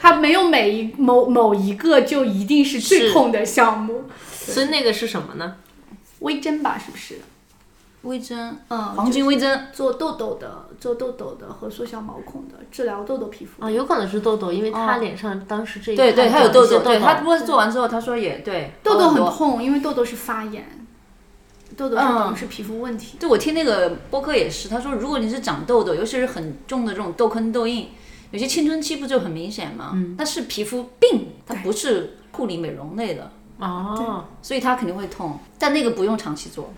Speaker 3: 他没有每一某某一个就一定是最
Speaker 1: 是
Speaker 3: 痛的项目，
Speaker 1: 所以那个是什么呢？
Speaker 3: 微针吧，是不是？
Speaker 2: 微针，
Speaker 3: 嗯，
Speaker 2: 黄金微针，
Speaker 3: 做痘痘的，做痘痘的和缩小毛孔的，治疗痘痘皮肤。
Speaker 1: 啊，有可能是痘痘，因为他脸上当时这一
Speaker 2: 对对，
Speaker 1: 块
Speaker 2: 他
Speaker 1: 长
Speaker 2: 有痘
Speaker 1: 了一些
Speaker 2: 痘，对他
Speaker 1: 痘
Speaker 2: 不过做完之后，他说也对，哦
Speaker 3: 痘痘
Speaker 2: 好
Speaker 3: 很
Speaker 2: 多。
Speaker 3: 痛，因为痘痘是发炎，痘痘是
Speaker 2: 嗯
Speaker 3: 等于是皮肤问题。
Speaker 2: 对，我听那个播客也是，他说如果你是长痘痘，尤其是很重的这种痘坑、痘印，有些青春期不就很明显吗？嗯，但是皮肤病，它不是护理美容类的，
Speaker 1: 哦，
Speaker 2: 所以它肯定会痛，但那个不用长期做，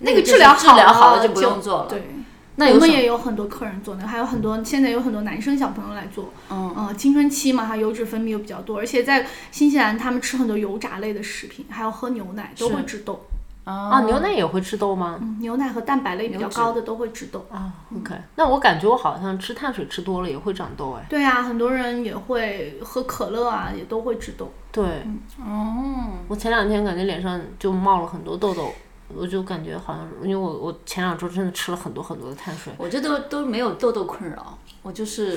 Speaker 2: 那
Speaker 3: 个
Speaker 2: 个就是
Speaker 3: 疗
Speaker 2: 治疗好
Speaker 3: 了
Speaker 2: 了就不用做了。
Speaker 3: 对，
Speaker 2: 那
Speaker 3: 我
Speaker 2: 有
Speaker 3: 们
Speaker 2: 什么
Speaker 3: 也有很多客人做那个，还有很多现在有很多男生小朋友来做。
Speaker 2: 嗯
Speaker 3: 呃，青春期嘛，他油脂分泌又比较多，而且在新西兰他们吃很多油炸类的食品，还有喝牛奶都
Speaker 2: 是
Speaker 3: 会致痘。
Speaker 1: 啊，
Speaker 2: 啊
Speaker 1: 牛奶也会吃痘吗？
Speaker 3: 嗯，牛奶和蛋白类比较
Speaker 2: 油脂，
Speaker 3: 高的都会致痘。
Speaker 1: 啊，OK，那我感觉我好像吃碳水吃多了也会长痘哎。
Speaker 3: 对啊，很多人也会喝可乐啊，也都会致痘。
Speaker 1: 对，哦，我前两天感觉脸上就冒了很多痘痘，我就感觉好像是因为我我前两周真的吃了很多很多的碳水
Speaker 2: 我这都都没有痘痘困扰，我就是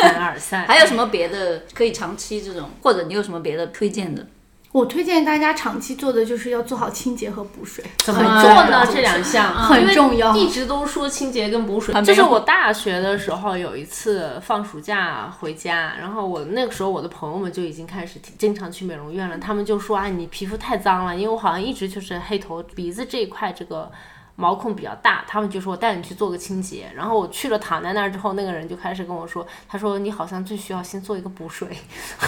Speaker 1: 凡尔 赛。
Speaker 2: 还有什么别的可以长期这种，或者你有什么别的推荐的？
Speaker 3: 我推荐大家长期做的就是要做好清洁和补水，
Speaker 1: 怎么做呢？
Speaker 2: 啊
Speaker 1: 这两项
Speaker 3: 很重要
Speaker 1: 嗯因为一直都说清洁跟补水
Speaker 2: 很。没
Speaker 1: 这
Speaker 2: 用
Speaker 1: 是我大学的时候有一次放暑假回家，然后我那个时候我的朋友们就已经开始经常去美容院了，他们就说啊、你皮肤太脏了，因为我好像一直就是黑头鼻子这一块这个。毛孔比较大，他们就说我带你去做个清洁，然后我去了躺在那儿之后，那个人就开始跟我说，他说你好像最需要先做一个补水，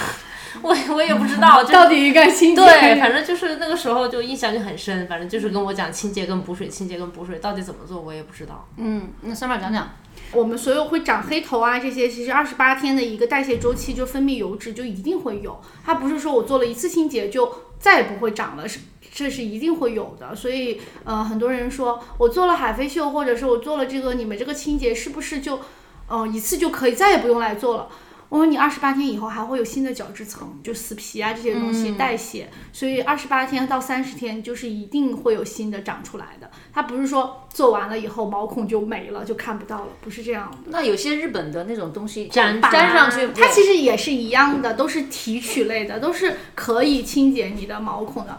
Speaker 1: 我我也不知道，就是
Speaker 3: 到底应该清洁。
Speaker 1: 对，反正就是那个时候就印象就很深，反正就是跟我讲清洁跟补水，清洁跟补水到底怎么做我也不知道。
Speaker 2: 嗯，那三妹讲讲，
Speaker 3: 我们所有会长黑头啊，这些其实二十八天的一个代谢周期，就分泌油脂就一定会有，它不是说我做了一次清洁就再也不会长了，是这是一定会有的。所以呃，很多人说我做了海飞秀，或者是我做了这个你们这个清洁，是不是就呃一次就可以再也不用来做了？我说你二十八天以后还会有新的角质层，就死皮啊这些东西代谢，所以二十八天到三十天就是一定会有新的长出来的。它不是说做完了以后毛孔就没了就看不到了，不是这样的。
Speaker 2: 那有些日本的那种东西啊
Speaker 1: 粘
Speaker 2: 粘上去，
Speaker 3: 它其实也是一样的，都是提取类的，都是可以清洁你的毛孔的，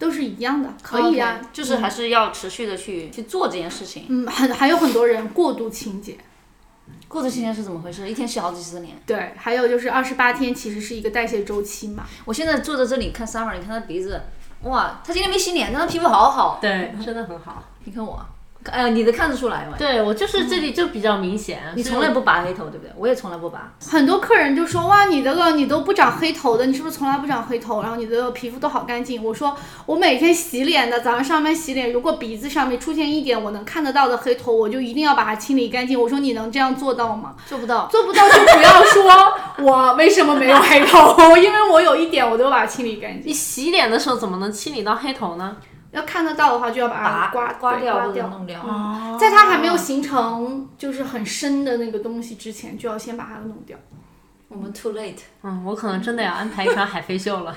Speaker 3: 都是一样的，可以啊。
Speaker 2: OK，就是还是要持续的去去做这件事情。
Speaker 3: 嗯，很还有很多人过度清洁，
Speaker 2: 过度清洁是怎么回事？一天洗好几次脸。
Speaker 3: 对，还有就是二十八天其实是一个代谢周期嘛，
Speaker 2: 我现在坐在这里看 Summer，你看她鼻子，哇，她今天没洗脸，但她皮肤好好。
Speaker 1: 对，真的很好。
Speaker 2: 你看我，呃，你的看得出来吗？
Speaker 1: 嗯对我就是这里就比较明显，
Speaker 2: 你
Speaker 1: 所以
Speaker 2: 从来不拔黑头，对不对？我也从来不拔。
Speaker 3: 很多客人就说哇，你这个你都不长黑头的，你是不是从来不长黑头？然后你的皮肤都好干净。我说我每天洗脸的，早上上班洗脸，如果鼻子上面出现一点我能看得到的黑头，我就一定要把它清理干净。我说你能这样做到吗？
Speaker 2: 做不到。
Speaker 3: 做不到就不要说我为什么没有黑头，因为我有一点我都把它清理干净。
Speaker 1: 你洗脸的时候怎么能清理到黑头呢？
Speaker 3: 要看得到的话，就要把它
Speaker 2: 拔
Speaker 3: 刮
Speaker 2: 刮
Speaker 3: 对刮
Speaker 2: 或者
Speaker 3: 掉。嗯
Speaker 2: 弄掉，
Speaker 3: 在它还没有形成就是很深的那个东西之前，就要先把它弄掉。
Speaker 2: 我 们 too late。
Speaker 1: 嗯，我可能真的要安排一场海飞秀了。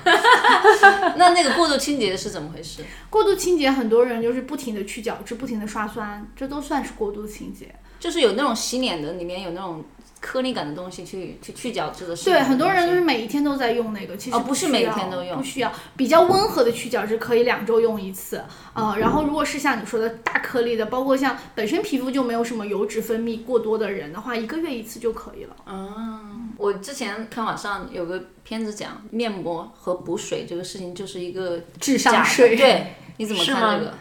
Speaker 2: 那那个过度清洁是怎么回事？
Speaker 3: 过度清洁，很多人就是不停的去角质，不停的刷酸，这都算是过度清洁。
Speaker 2: 就是有那种洗脸的，里面有那种颗粒感的东西去去去角质的是吗。
Speaker 3: 对，很多人就是每一天都在用那个，其实
Speaker 2: 哦不是
Speaker 3: 需
Speaker 2: 每
Speaker 3: 要
Speaker 2: 天都用
Speaker 3: 不需要。比较温和的去角质可以两周用一次，呃，然后如果是像你说的大颗粒的，包括像本身皮肤就没有什么油脂分泌过多的人的话，一个月一次就可以了。
Speaker 2: 我之前看网上有个片子讲面膜和补水这个事情，就是一个
Speaker 3: 智
Speaker 2: 假
Speaker 3: 商
Speaker 2: 的
Speaker 3: 税。
Speaker 2: 对，你怎么
Speaker 1: 是
Speaker 2: 看
Speaker 1: 吗
Speaker 2: 这个？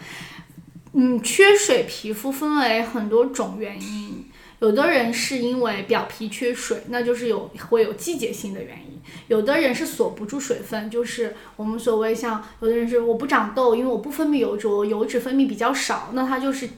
Speaker 3: 嗯，缺水皮肤分为很多种原因，有的人是因为表皮缺水，那就是有会有季节性的原因；有的人是锁不住水分，就是我们所谓像有的人是我不长痘，因为我不分泌油脂，我油脂分泌比较少，那它就是。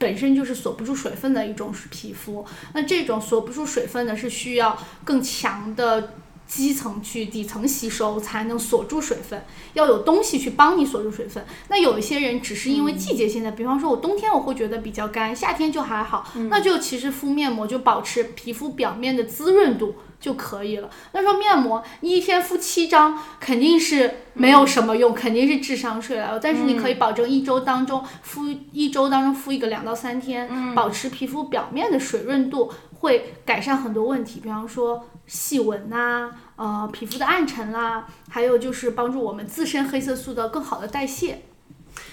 Speaker 3: 本身就是锁不住水分的一种皮肤，那这种锁不住水分呢，是需要更强的基层去底层吸收，才能锁住水分，要有东西去帮你锁住水分。那有一些人只是因为季节性的，比方说我冬天我会觉得比较干，夏天就还好，那就其实敷面膜就保持皮肤表面的滋润度。就可以了。那说面膜，你一天敷七张，肯定是没有什么用，肯定是智商税了。但是你可以保证一周当中敷一周当中敷一个两到三天，保持皮肤表面的水润度，会改善很多问题，比方说细纹呐、呃皮肤的暗沉啦、还有就是帮助我们自身黑色素的更好的代谢。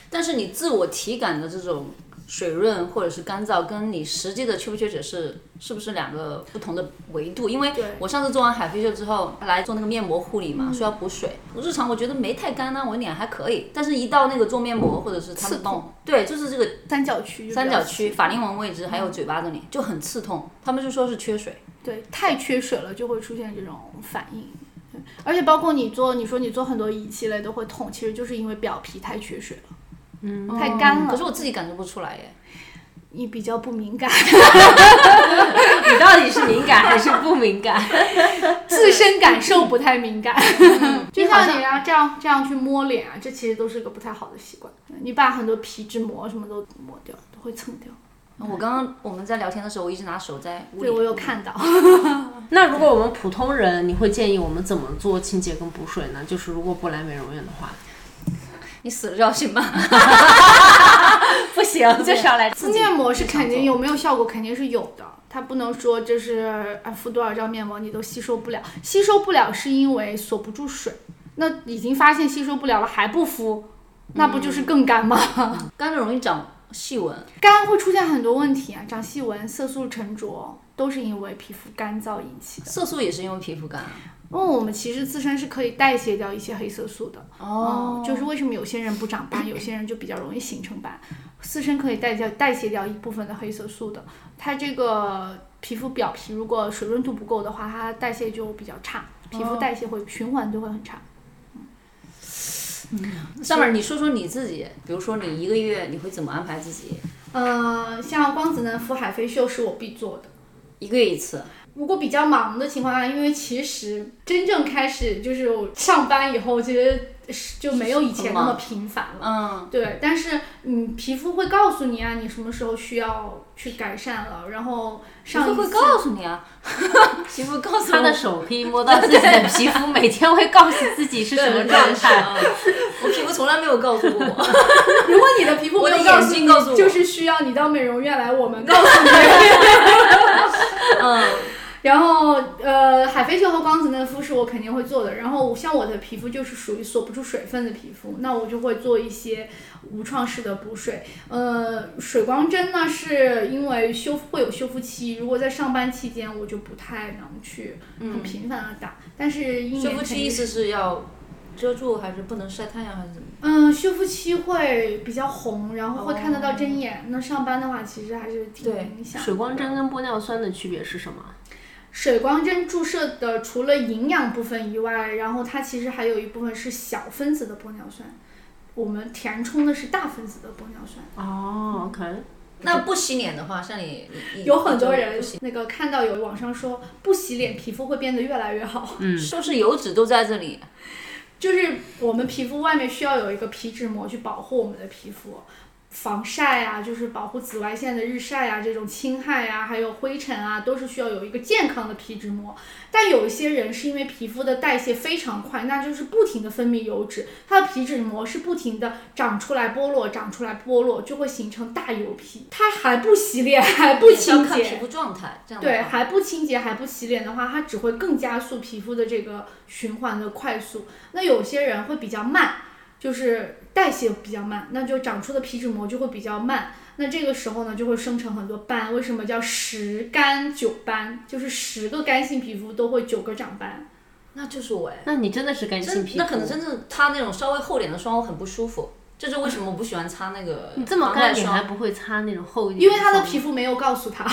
Speaker 2: 但是你自我体感的这种水润或者是干燥，跟你实际的缺不缺水是是不是两个不同的维度？因为
Speaker 3: 对嗯
Speaker 2: 我上次做完海飞秀之后来做那个面膜护理嘛，说要补水。我日常我觉得没太干啊，我脸还可以。但是一到那个做面膜或者是他
Speaker 3: 刺
Speaker 2: 们
Speaker 3: 痛
Speaker 2: 帮我，对，就是这个
Speaker 3: 三角区就比较
Speaker 2: 三角区、法令纹位置还有嘴巴这里就很刺痛，他们就说是缺水。
Speaker 3: 对，太缺水了就会出现这种反应。对而且包括你做，你说你做很多仪器类都会痛，其实就是因为表皮太缺水了，嗯，太干
Speaker 2: 可
Speaker 3: 了，
Speaker 2: 是我自己感觉不出来耶。
Speaker 3: 你比较不 敏感，
Speaker 1: 你到底是敏感还是不敏感？
Speaker 3: 自身感受不太 敏感，就
Speaker 2: 你好
Speaker 3: 像
Speaker 2: 像
Speaker 3: 你啊要这样这样去摸脸啊，这其实都是个不太好的习惯。你把很多皮脂膜什么都抹掉，都会蹭掉。
Speaker 2: 我刚刚我们在聊天的时候，我一直拿手在捂
Speaker 3: 对我
Speaker 2: 脸。
Speaker 3: 有看到，
Speaker 1: 那如果我们普通人，你会建议我们怎么做清洁跟补水呢？就是如果不来美容院的话，
Speaker 2: 你死了就要行吗？
Speaker 1: 不行，就是要来自己
Speaker 3: 面膜是肯定有没有效果肯定是有的，它不能说就是啊敷多少张面膜你都吸收不了，吸收不了是因为锁不住水，那已经发现吸收不了了还不敷，那不
Speaker 1: 嗯
Speaker 3: 就是更干吗？
Speaker 2: 干了容易长细纹。
Speaker 3: 干会出现很多问题啊，长细纹、色素沉着都是因为皮肤干燥引起的。
Speaker 2: 色素也是因为皮肤干啊。
Speaker 3: 因为我们其实自身是可以代谢掉一些黑色素的，哦、就是为什么有些人不长斑，有些人就比较容易形成斑，自身可以代谢代谢掉一部分的黑色素的。它这个皮肤表皮如果水润度不够的话，它代谢就比较差，皮肤代谢会、循环就会很差。
Speaker 2: 上面你说说你自己，比如说你一个月你会怎么安排自己？
Speaker 3: 呃，像光子嫩肤海飞秀是我必做的。
Speaker 2: 一个月一次，
Speaker 3: 如果比较忙的情况下，因为其实真正开始就是我上班以后，其实是就没有以前那么频繁了。
Speaker 2: 嗯，
Speaker 3: 对，但是嗯，皮肤会告诉你啊，你什么时候需要去改善了，然后
Speaker 2: 皮
Speaker 3: 上
Speaker 2: 肤会
Speaker 3: 一次
Speaker 2: 告诉你啊，皮肤告诉
Speaker 1: 他 的手可以 摸到自己的皮肤，每天会告诉自己是什么状态。
Speaker 2: 态？我皮肤从来没有告诉过我。
Speaker 3: 如果你的皮肤没
Speaker 2: 我的
Speaker 3: 有告
Speaker 2: 眼
Speaker 3: 诉
Speaker 2: 睛
Speaker 3: 你，
Speaker 2: 告诉我
Speaker 3: 就是需要你到美容院来，我们告诉你。
Speaker 2: 嗯，
Speaker 3: 然后呃，海飞秀和光子嫩肤是我肯定会做的。然后像我的皮肤就是属于锁不住水分的皮肤，那我就会做一些无创式的补水。呃，水光针呢，是因为修复会有修复期，如果在上班期间，我就不太能去很频繁的打。但是一
Speaker 2: 嗯修
Speaker 3: 年
Speaker 2: 复
Speaker 3: 肯
Speaker 2: 期
Speaker 3: 定
Speaker 2: 意思是要遮住，还是不能晒太阳，还是怎么？
Speaker 3: 嗯，修复期会比较红，然后会看得到针眼。那上班的话，其实还是挺
Speaker 2: 对
Speaker 3: 影响的。
Speaker 1: 水光针跟玻尿酸的区别是什么？
Speaker 3: 水光针注射的除了营养部分以外，然后它其实还有一部分是小分子的玻尿酸，我们填充的是大分子的玻尿酸。
Speaker 1: 哦，OK，
Speaker 2: 那不洗脸的话，像你你
Speaker 3: 有很多
Speaker 2: 你
Speaker 3: 人
Speaker 2: 嗯就不洗
Speaker 3: 那个看到有网上说不洗脸皮肤会变得越来越好，
Speaker 2: 是不是油脂都在这里？
Speaker 3: 就是我们皮肤外面需要有一个皮脂膜去保护我们的皮肤。防晒啊，就是保护紫外线的日晒啊，这种侵害啊，还有灰尘啊，都是需要有一个健康的皮脂膜。但有一些人是因为皮肤的代谢非常快，那就是不停的分泌油脂，它的皮脂膜是不停的长出来剥落，长出来剥落，就会形成大油皮。它还不洗脸，还不
Speaker 2: 也是要
Speaker 3: 清
Speaker 2: 看
Speaker 3: 洁，
Speaker 2: 皮肤状态，这样的
Speaker 3: 对，
Speaker 2: 话
Speaker 3: 还不清洁还不洗脸的话，它只会更加速皮肤的这个循环的快速。那有些人会比较慢，就是代谢比较慢，那就长出的皮脂膜就会比较慢。那这个时候呢，就会生成很多斑。为什么叫十干九斑？就是十个干性皮肤都会九个长斑。
Speaker 2: 那就是我哎，
Speaker 1: 那你真的是干性
Speaker 2: 真
Speaker 1: 皮肤，
Speaker 2: 那可能真正擦那种稍微厚点的霜，我很不舒服。这就是为什么我不喜欢擦那个
Speaker 1: 你这么
Speaker 2: 防晒
Speaker 1: 干，你还
Speaker 2: 霜。
Speaker 1: 不会擦那种厚一点
Speaker 3: 因为
Speaker 1: 霜吗？
Speaker 3: 他的皮肤没有告诉他，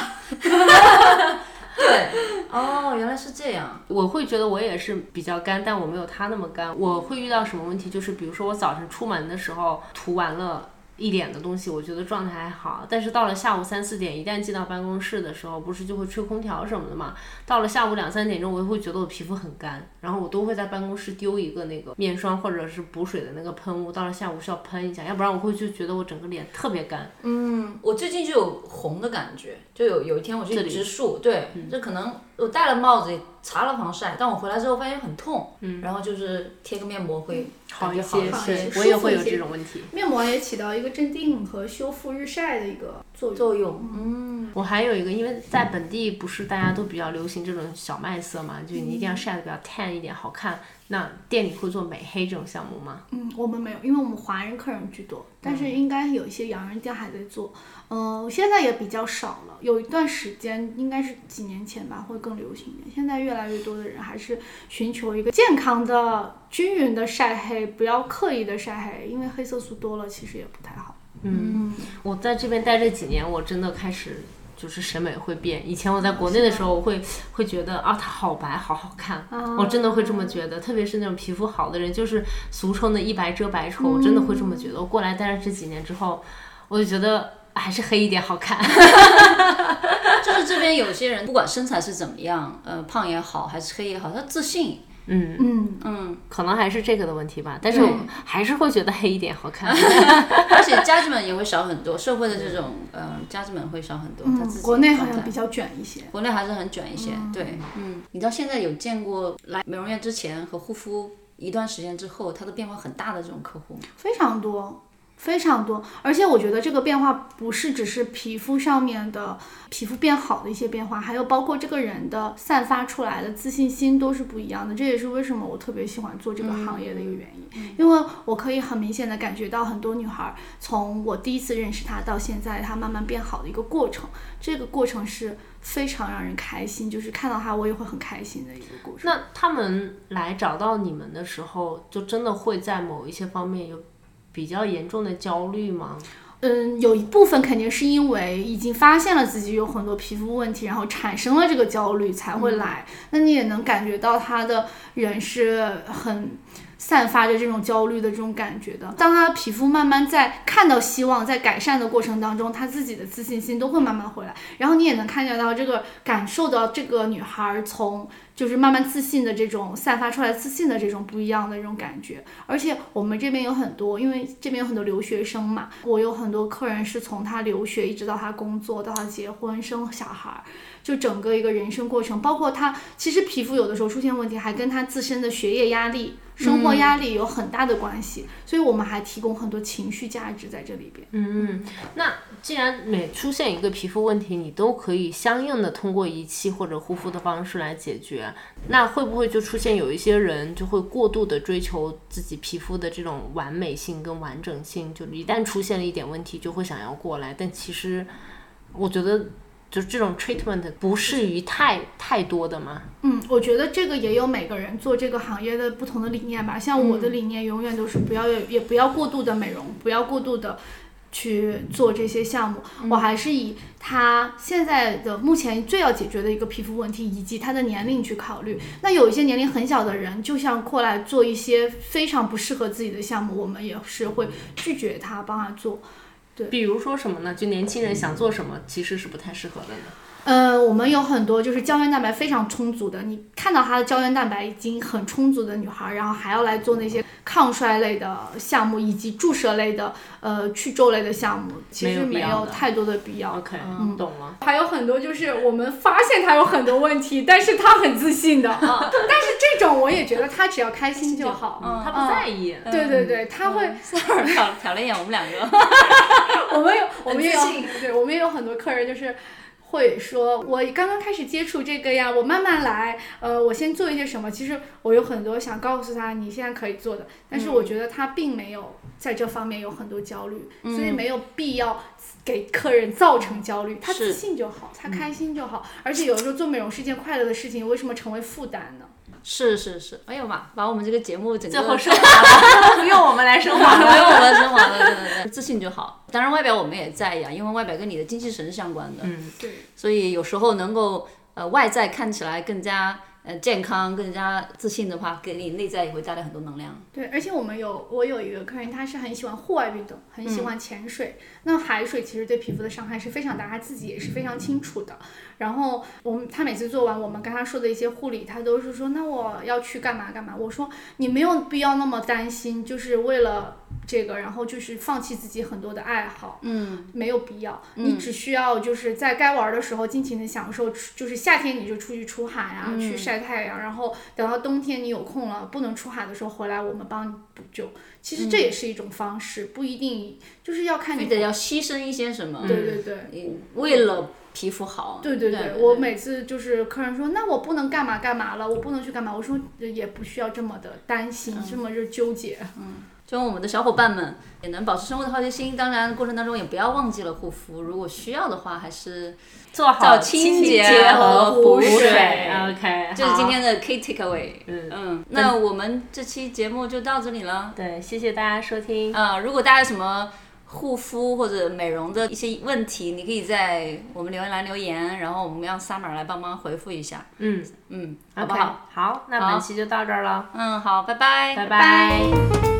Speaker 2: 对，哦，原来是这样。
Speaker 1: 我会觉得我也是比较干，但我没有他那么干。我会遇到什么问题？就是比如说我早晨出门的时候涂完了。一脸的东西，我觉得状态还好，但是到了下午三四点，一旦进到办公室的时候，不是就会吹空调什么的嘛？到了下午两三点钟，我会觉得我皮肤很干，然后我都会在办公室丢一个那个面霜或者是补水的那个喷雾，到了下午是要喷一下，要不然我会就觉得我整个脸特别干。
Speaker 2: 嗯，我最近就有红的感觉，就有有一天我
Speaker 1: 这
Speaker 2: 去
Speaker 1: 里嗯
Speaker 2: 植树，对，这可能我戴了帽子，也擦了防晒，但我回来之后发现很痛，嗯，然后就是贴个面膜会
Speaker 1: 嗯好
Speaker 2: 感
Speaker 1: 一
Speaker 2: 觉嗯好
Speaker 1: 些，
Speaker 3: 好一
Speaker 1: 对
Speaker 3: 些
Speaker 1: 我也
Speaker 3: 舒服
Speaker 1: 会
Speaker 3: 一
Speaker 1: 有这
Speaker 3: 些
Speaker 1: 种问题。
Speaker 3: 面膜也起到一个镇定和修复日晒的一个作用。
Speaker 2: 作用。 嗯，
Speaker 1: 我还有一个，因为在本地不是大家都比较流行这种小麦色嘛，就你一定
Speaker 2: 嗯
Speaker 1: 要晒得比较 tan 一点，好看。那店里会做美黑这种项目吗？
Speaker 3: 嗯，我们没有，因为我们华人客人居多，
Speaker 2: 嗯
Speaker 3: 但是应该有一些洋人店还在做。嗯、现在也比较少了。有一段时间，应该是几年前吧，会更流行一点。现在越来越多的人还是寻求一个健康的、均匀的晒黑，不要刻意的晒黑，因为黑色素多了其实也不太好。
Speaker 1: 我在这边待这几年，我真的开始就是审美会变。以前我在国内的时候，我会会觉得啊，它好白，好好看，我真的会
Speaker 2: 哦
Speaker 1: 这么觉得。特别是那种皮肤好的人，就是俗称的一白遮百
Speaker 2: 嗯
Speaker 1: 丑，我真的会这么觉得。我过来待了这几年之后，我就觉得还是黑一点好看。
Speaker 2: 就是这边有些人不管身材是怎么样，呃，胖也好还是黑也好，他自信，
Speaker 3: 嗯，
Speaker 2: 嗯，
Speaker 1: 可能还是这个的问题吧，但是我还是会觉得黑一点好看。
Speaker 2: 而且家具们也会少很多，社会的这种呃家具们会少很多，他自己
Speaker 3: 嗯国内好
Speaker 2: 状态
Speaker 3: 像比较卷一些。
Speaker 2: 国内还是很卷一些，对，嗯，你到现在有见过来美容院之前和护肤一段时间之后，它的变化很大的这种客户吗？
Speaker 3: 非常多，非常多。而且我觉得这个变化不是只是皮肤上面的皮肤变好的一些变化，还有包括这个人的散发出来的自信心都是不一样的。这也是为什么我特别喜欢做这个行业的一个原因，因为我可以很明显的感觉到很多女孩儿从我第一次认识她到现在，她慢慢变好的一个过程。这个过程是非常让人开心，就是看到她我也会很开心的一个过程。
Speaker 1: 那他们来找到你们的时候，就真的会在某一些方面有比较严重的焦虑吗？
Speaker 3: 嗯，有一部分肯定是因为已经发现了自己有很多皮肤问题，然后产生了这个焦虑才会来。那你也能感觉到他的人是很散发着这种焦虑的这种感觉的。当他的皮肤慢慢在看到希望，在改善的过程当中，他自己的自信心都会慢慢回来。然后你也能看见到这个，感受到这个女孩儿从就是慢慢自信的这种散发出来自信的这种不一样的这种感觉。而且我们这边有很多，因为这边有很多留学生嘛，我有很多客人是从他留学一直到他工作，到他结婚生小孩儿，就整个一个人生过程，包括他其实皮肤有的时候出现问题，还跟他自身的学业压力、生活压力有很大的关系。所以我们还提供很多情绪价值在这里边。
Speaker 1: 嗯，那既然每出现一个皮肤问题，你都可以相应的通过仪器或者护肤的方式来解决，那会不会就出现有一些人就会过度的追求自己皮肤的这种完美性跟完整性？就一旦出现了一点问题，就会想要过来，但其实我觉得就是这种 treatment 不适于太太多的吗？
Speaker 3: 嗯，我觉得这个也有每个人做这个行业的不同的理念吧。像我的理念永远都是不要有，也不要过度的美容，不要过度的去做这些项目。我还是以他现在的目前最要解决的一个皮肤问题以及他的年龄去考虑。那有一些年龄很小的人，就像过来做一些非常不适合自己的项目，我们也是会拒绝他帮他做。
Speaker 1: 比如说什么呢？就年轻人想做什么，其实是不太适合的
Speaker 2: 嗯
Speaker 1: 呢。
Speaker 3: 呃，我们有很多就是胶原蛋白非常充足的，你看到她的胶原蛋白已经很充足的女孩，然后还要来做那些抗衰类的项目，以及注射类的、呃去皱类的项目，其实
Speaker 1: 没有必
Speaker 3: 没
Speaker 1: 要
Speaker 3: 有
Speaker 1: 的
Speaker 3: 太多的必要。
Speaker 1: OK，、
Speaker 3: 嗯
Speaker 1: 懂了。
Speaker 3: 还有很多就是我们发现他有很多问题，但是他很自信的啊。但是 这种我也觉得他只要开心就好。
Speaker 2: 嗯
Speaker 1: 他不在意。
Speaker 3: 对对对，他会，
Speaker 2: 塞尔 瞟嗯瞟了一眼我们两个，
Speaker 3: 我们有，我们也有
Speaker 2: 很自信，
Speaker 3: 对，我们也有很多客人就是。会说，我刚刚开始接触这个呀，我慢慢来，呃，我先做一些什么。其实我有很多想告诉他，你现在可以做的，但是我觉得他并没有在这方面有很多焦虑，所以没有必要给客人造成焦虑，他
Speaker 2: 是
Speaker 3: 自信就好，他开心就好。而且有时候做美容是件快乐的事情，为什么成为负担呢？
Speaker 2: 是是是，哎呦妈，把我们这个节目整个
Speaker 1: 最 后升华了， 不用我们来升华
Speaker 2: 没有
Speaker 1: 了。
Speaker 2: 我们生活了，对对对，自信就好。当然外表我们也在意啊，因为外表跟你的精气神是相关的，
Speaker 1: 嗯，
Speaker 3: 对，
Speaker 2: 所以有时候能够呃外在看起来更加呃健康、更加自信的话，给你内在也会带来很多能量。
Speaker 3: 对，而且我们有我有一个客人，他是很喜欢户外运动，很喜欢潜水。那海水其实对皮肤的伤害是非常大，他自己也是非常清楚的。然后我们他每次做完我们跟他说的一些护理，他都是说那我要去干嘛干嘛。我说你没有必要那么担心，就是为了这个，然后就是放弃自己很多的爱好。
Speaker 2: 嗯，
Speaker 3: 没有必要，你只需要就是在该玩的时候尽情的享受，出就是夏天你就出去出海啊，
Speaker 2: 嗯
Speaker 3: 去晒太阳，然后等到冬天你有空了不能出海的时候回来，我们帮你补救。其
Speaker 2: 嗯
Speaker 3: 实这也是一种方式，不一定就是要看
Speaker 2: 非
Speaker 3: 你。
Speaker 2: 得要牺牲一些什么，
Speaker 3: 对对对。
Speaker 2: 嗯，为了皮肤好。
Speaker 3: 对对
Speaker 2: 对
Speaker 3: 对，我每次就是客人说，那我不能干嘛干嘛了，我不能去干嘛，我说也不需要这么的担心，这么就纠结。
Speaker 2: 希望我们的小伙伴们也能保持生活的好奇心，当然过程当中也不要忘记了护肤，如果需要的话，还是
Speaker 1: 做好
Speaker 2: 做清
Speaker 1: 洁
Speaker 2: 洁
Speaker 1: 和
Speaker 2: 和
Speaker 1: 补
Speaker 2: 补
Speaker 1: 水。
Speaker 2: 水
Speaker 1: OK，
Speaker 2: 这是今
Speaker 1: 好
Speaker 2: 天的 key takeaway。嗯嗯，那我们这期节目就到这里了。
Speaker 1: 对，谢谢大家收听。
Speaker 2: 啊、如果大家有什么护肤或者美容的一些问题，你可以在我们留言栏留言，然后我们让 Summer 来帮忙回复一下。
Speaker 1: 嗯，
Speaker 2: 嗯，好
Speaker 1: OK，
Speaker 2: 不好？
Speaker 1: 好，那本期就到这儿了，
Speaker 2: 嗯，好，拜拜，
Speaker 1: 拜
Speaker 3: 拜
Speaker 1: 拜